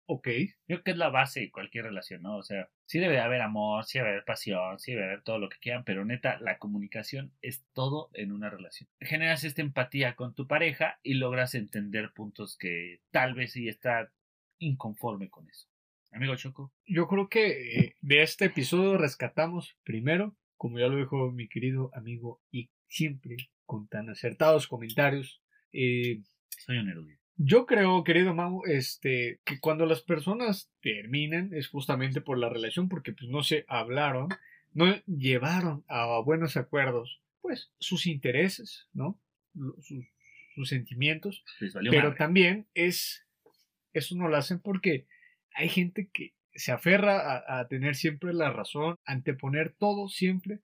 B: Ok.
A: Yo creo que es la base de cualquier relación, ¿no? O sea, sí debe haber amor, sí debe haber pasión, sí debe haber todo lo que quieran, pero neta, la comunicación es todo en una relación. Generas esta empatía con tu pareja y logras entender puntos que tal vez sí está inconforme con eso. Amigo Choco,
B: Yo creo que eh, de este episodio rescatamos primero, como ya lo dijo mi querido amigo, y siempre con tan acertados comentarios, eh,
A: soy un erudito.
B: yo creo, querido Mau, este, que cuando las personas terminan es justamente por la relación, porque pues no se hablaron, no llevaron a buenos acuerdos, pues sus intereses, ¿no? Lo- Sus, sus sentimientos,
A: Les valió
B: pero
A: madre.
B: también es, eso no lo hacen porque hay gente que se aferra a, a tener siempre la razón, anteponer todo siempre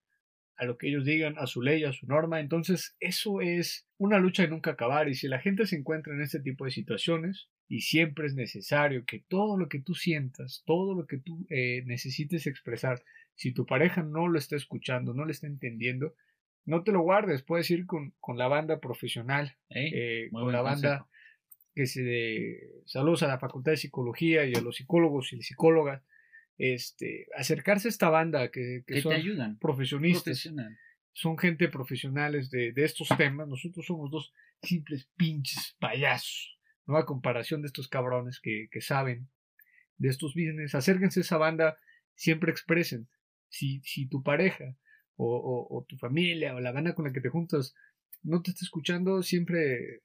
B: a lo que ellos digan, a su ley, a su norma. Entonces, eso es una lucha de nunca acabar. Y si la gente se encuentra en este tipo de situaciones, y siempre es necesario que todo lo que tú sientas, todo lo que tú eh, necesites expresar, si tu pareja no lo está escuchando, no lo está entendiendo, no te lo guardes. Puedes ir con, con la banda profesional,
A: ¿Eh?
B: eh,
A: Muy
B: con
A: buen
B: la banda
A: consejo.
B: que se de, saludos a la Facultad de Psicología y a los psicólogos y psicólogas, este, acercarse a esta banda que, que
A: que
B: son
A: te ayudan.
B: profesionistas,
A: Profesional.
B: son gente profesionales de, de estos temas, nosotros somos dos simples pinches payasos, ¿no? A comparación de estos cabrones que, que saben de estos business, acérquense a esa banda, siempre expresen, si, si tu pareja o, o- o tu familia o la banda con la que te juntas no te está escuchando, siempre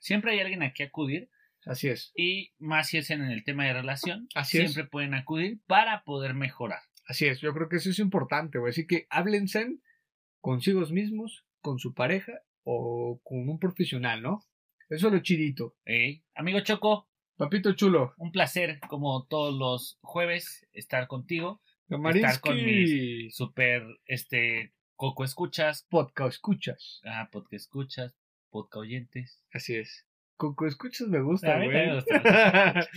A: Siempre hay alguien a que acudir
B: así es,
A: y más si es en el tema de relación,
B: Así es.
A: siempre pueden acudir para poder mejorar.
B: Así es, yo creo que eso es importante, güey. Así que háblense consigo mismos, con su pareja o con un profesional, ¿no? Eso es lo chidito.
A: ¿eh? Amigo Choco,
B: Papito chulo,
A: Un placer, como todos los jueves, estar contigo. Estar con
B: Gamarinsky.
A: Super, este, Coco Escuchas,
B: Podcast escuchas.
A: ah, Podcast Escuchas, Podcast Oyentes.
B: Así es. Coco escuchas me gusta,
A: A mí también me
B: güey.
A: gusta.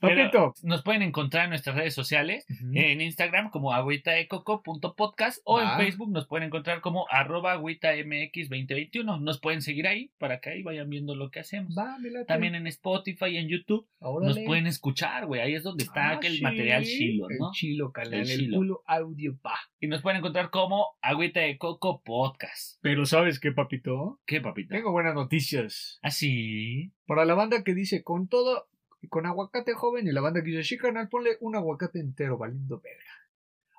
A: Pero
B: Papito.
A: Nos pueden encontrar en nuestras redes sociales, en Instagram como agüitaecoco.podcast o
B: Ah.
A: en Facebook nos pueden encontrar como arroba agüitamx2021. Nos pueden seguir ahí para que ahí vayan viendo lo que hacemos.
B: Va, me late.
A: También en Spotify y en YouTube
B: Órale.
A: nos pueden escuchar, güey. Ahí es donde está
B: Ah,
A: aquel
B: sí.
A: material chilo,
B: El
A: ¿no?
B: chilo, carnal,
A: El
B: el,
A: chilo.
B: culo audio pa.
A: Y nos pueden encontrar como Agüita de Coco Podcast.
B: Pero ¿sabes qué, papito?
A: ¿Qué, papita? Ah,
B: Tengo buenas noticias.
A: Así.
B: Para la banda que dice con todo, con aguacate joven y la banda que dice, sí, carnal, ponle un aguacate entero, valiendo verga.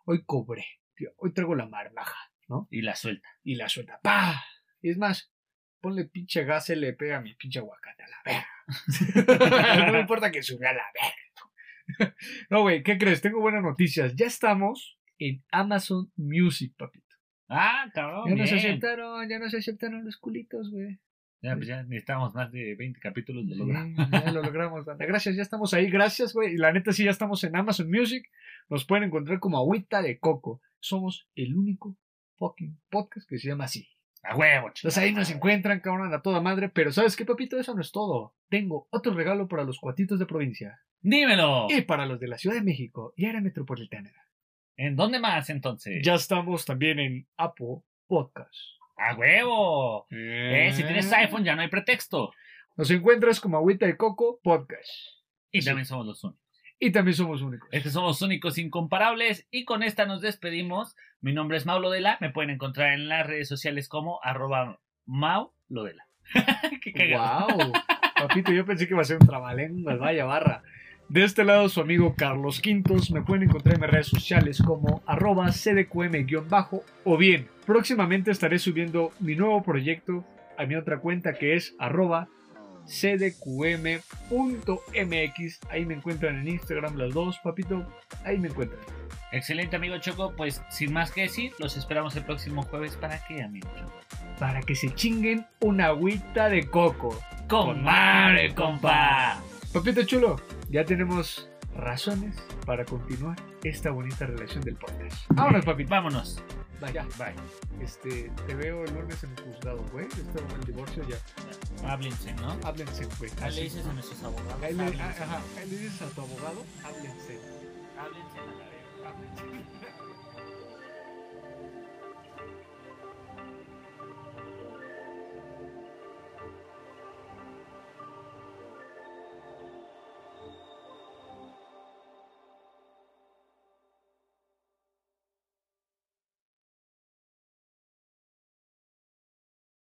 B: Hoy cobré, tío, hoy traigo la marmaja
A: y la suelta.
B: y la suelta, pa. Y es más, ponle pinche gas LP a mi pinche aguacate a la verga. no me importa que suba a la verga. No, güey, ¿qué crees? Tengo buenas noticias. Ya estamos en Amazon Music, papito.
A: Ah, cabrón.
B: Ya nos
A: bien.
B: aceptaron, ya nos aceptaron los culitos, güey.
A: Ya, pues ya necesitamos más de 20 capítulos de lograr.
B: Sí, ya lo logramos, banda. Gracias, ya estamos ahí, gracias, güey. Y la neta, sí, ya estamos en Amazon Music. Nos pueden encontrar como Agüita de Coco. Somos el único fucking podcast que se llama así.
A: A huevo, chicos.
B: Entonces Pues ahí nos encuentran, cabrón, a toda madre. Pero ¿sabes qué, papito? Eso no es todo. Tengo otro regalo para los cuatitos de provincia.
A: Dímelo.
B: Y para los de la Ciudad de México y área metropolitana.
A: ¿En dónde más entonces?
B: Ya estamos también en Apple Podcast.
A: A huevo. Eh, si tienes iPhone ya no hay pretexto.
B: Nos encuentras como Agüita de Coco Podcast.
A: Y
B: Sí.
A: también somos los únicos.
B: Y también somos únicos.
A: Estos somos únicos incomparables y con esta nos despedimos. Mi nombre es Mau Lodela. Me pueden encontrar en las redes sociales como arroba Mau Lodela. Qué cagado.
B: Wow, papito, yo pensé que iba a ser un trabalenguas, vaya barra. De este lado, su amigo Carlos Quintos. Me pueden encontrar en mis redes sociales como arroba cdqm-bajo o bien, próximamente estaré subiendo mi nuevo proyecto a mi otra cuenta que es arroba cdqm.mx. Ahí me encuentran en Instagram las dos, papito. Ahí me encuentran.
A: Excelente amigo Choco. Pues sin más que decir, los esperamos el próximo jueves. ¿Para qué, amigo Choco?
B: Para que se chinguen una agüita de coco.
A: Con madre, compa.
B: Papito chulo, ya tenemos razones para continuar esta bonita relación del podcast. Vámonos, papito.
A: Vámonos.
B: Vaya, bye. Este, te veo el lunes en el juzgado, güey. Esto el divorcio ya.
A: Háblense, ¿no?
B: Háblense, güey.
A: Ah, le dices a nuestros abogados.
B: Ahí le-
A: háblense.
B: ah, ajá, ahí le dices a tu abogado, háblense.
A: Háblense a la vez.
B: Háblense.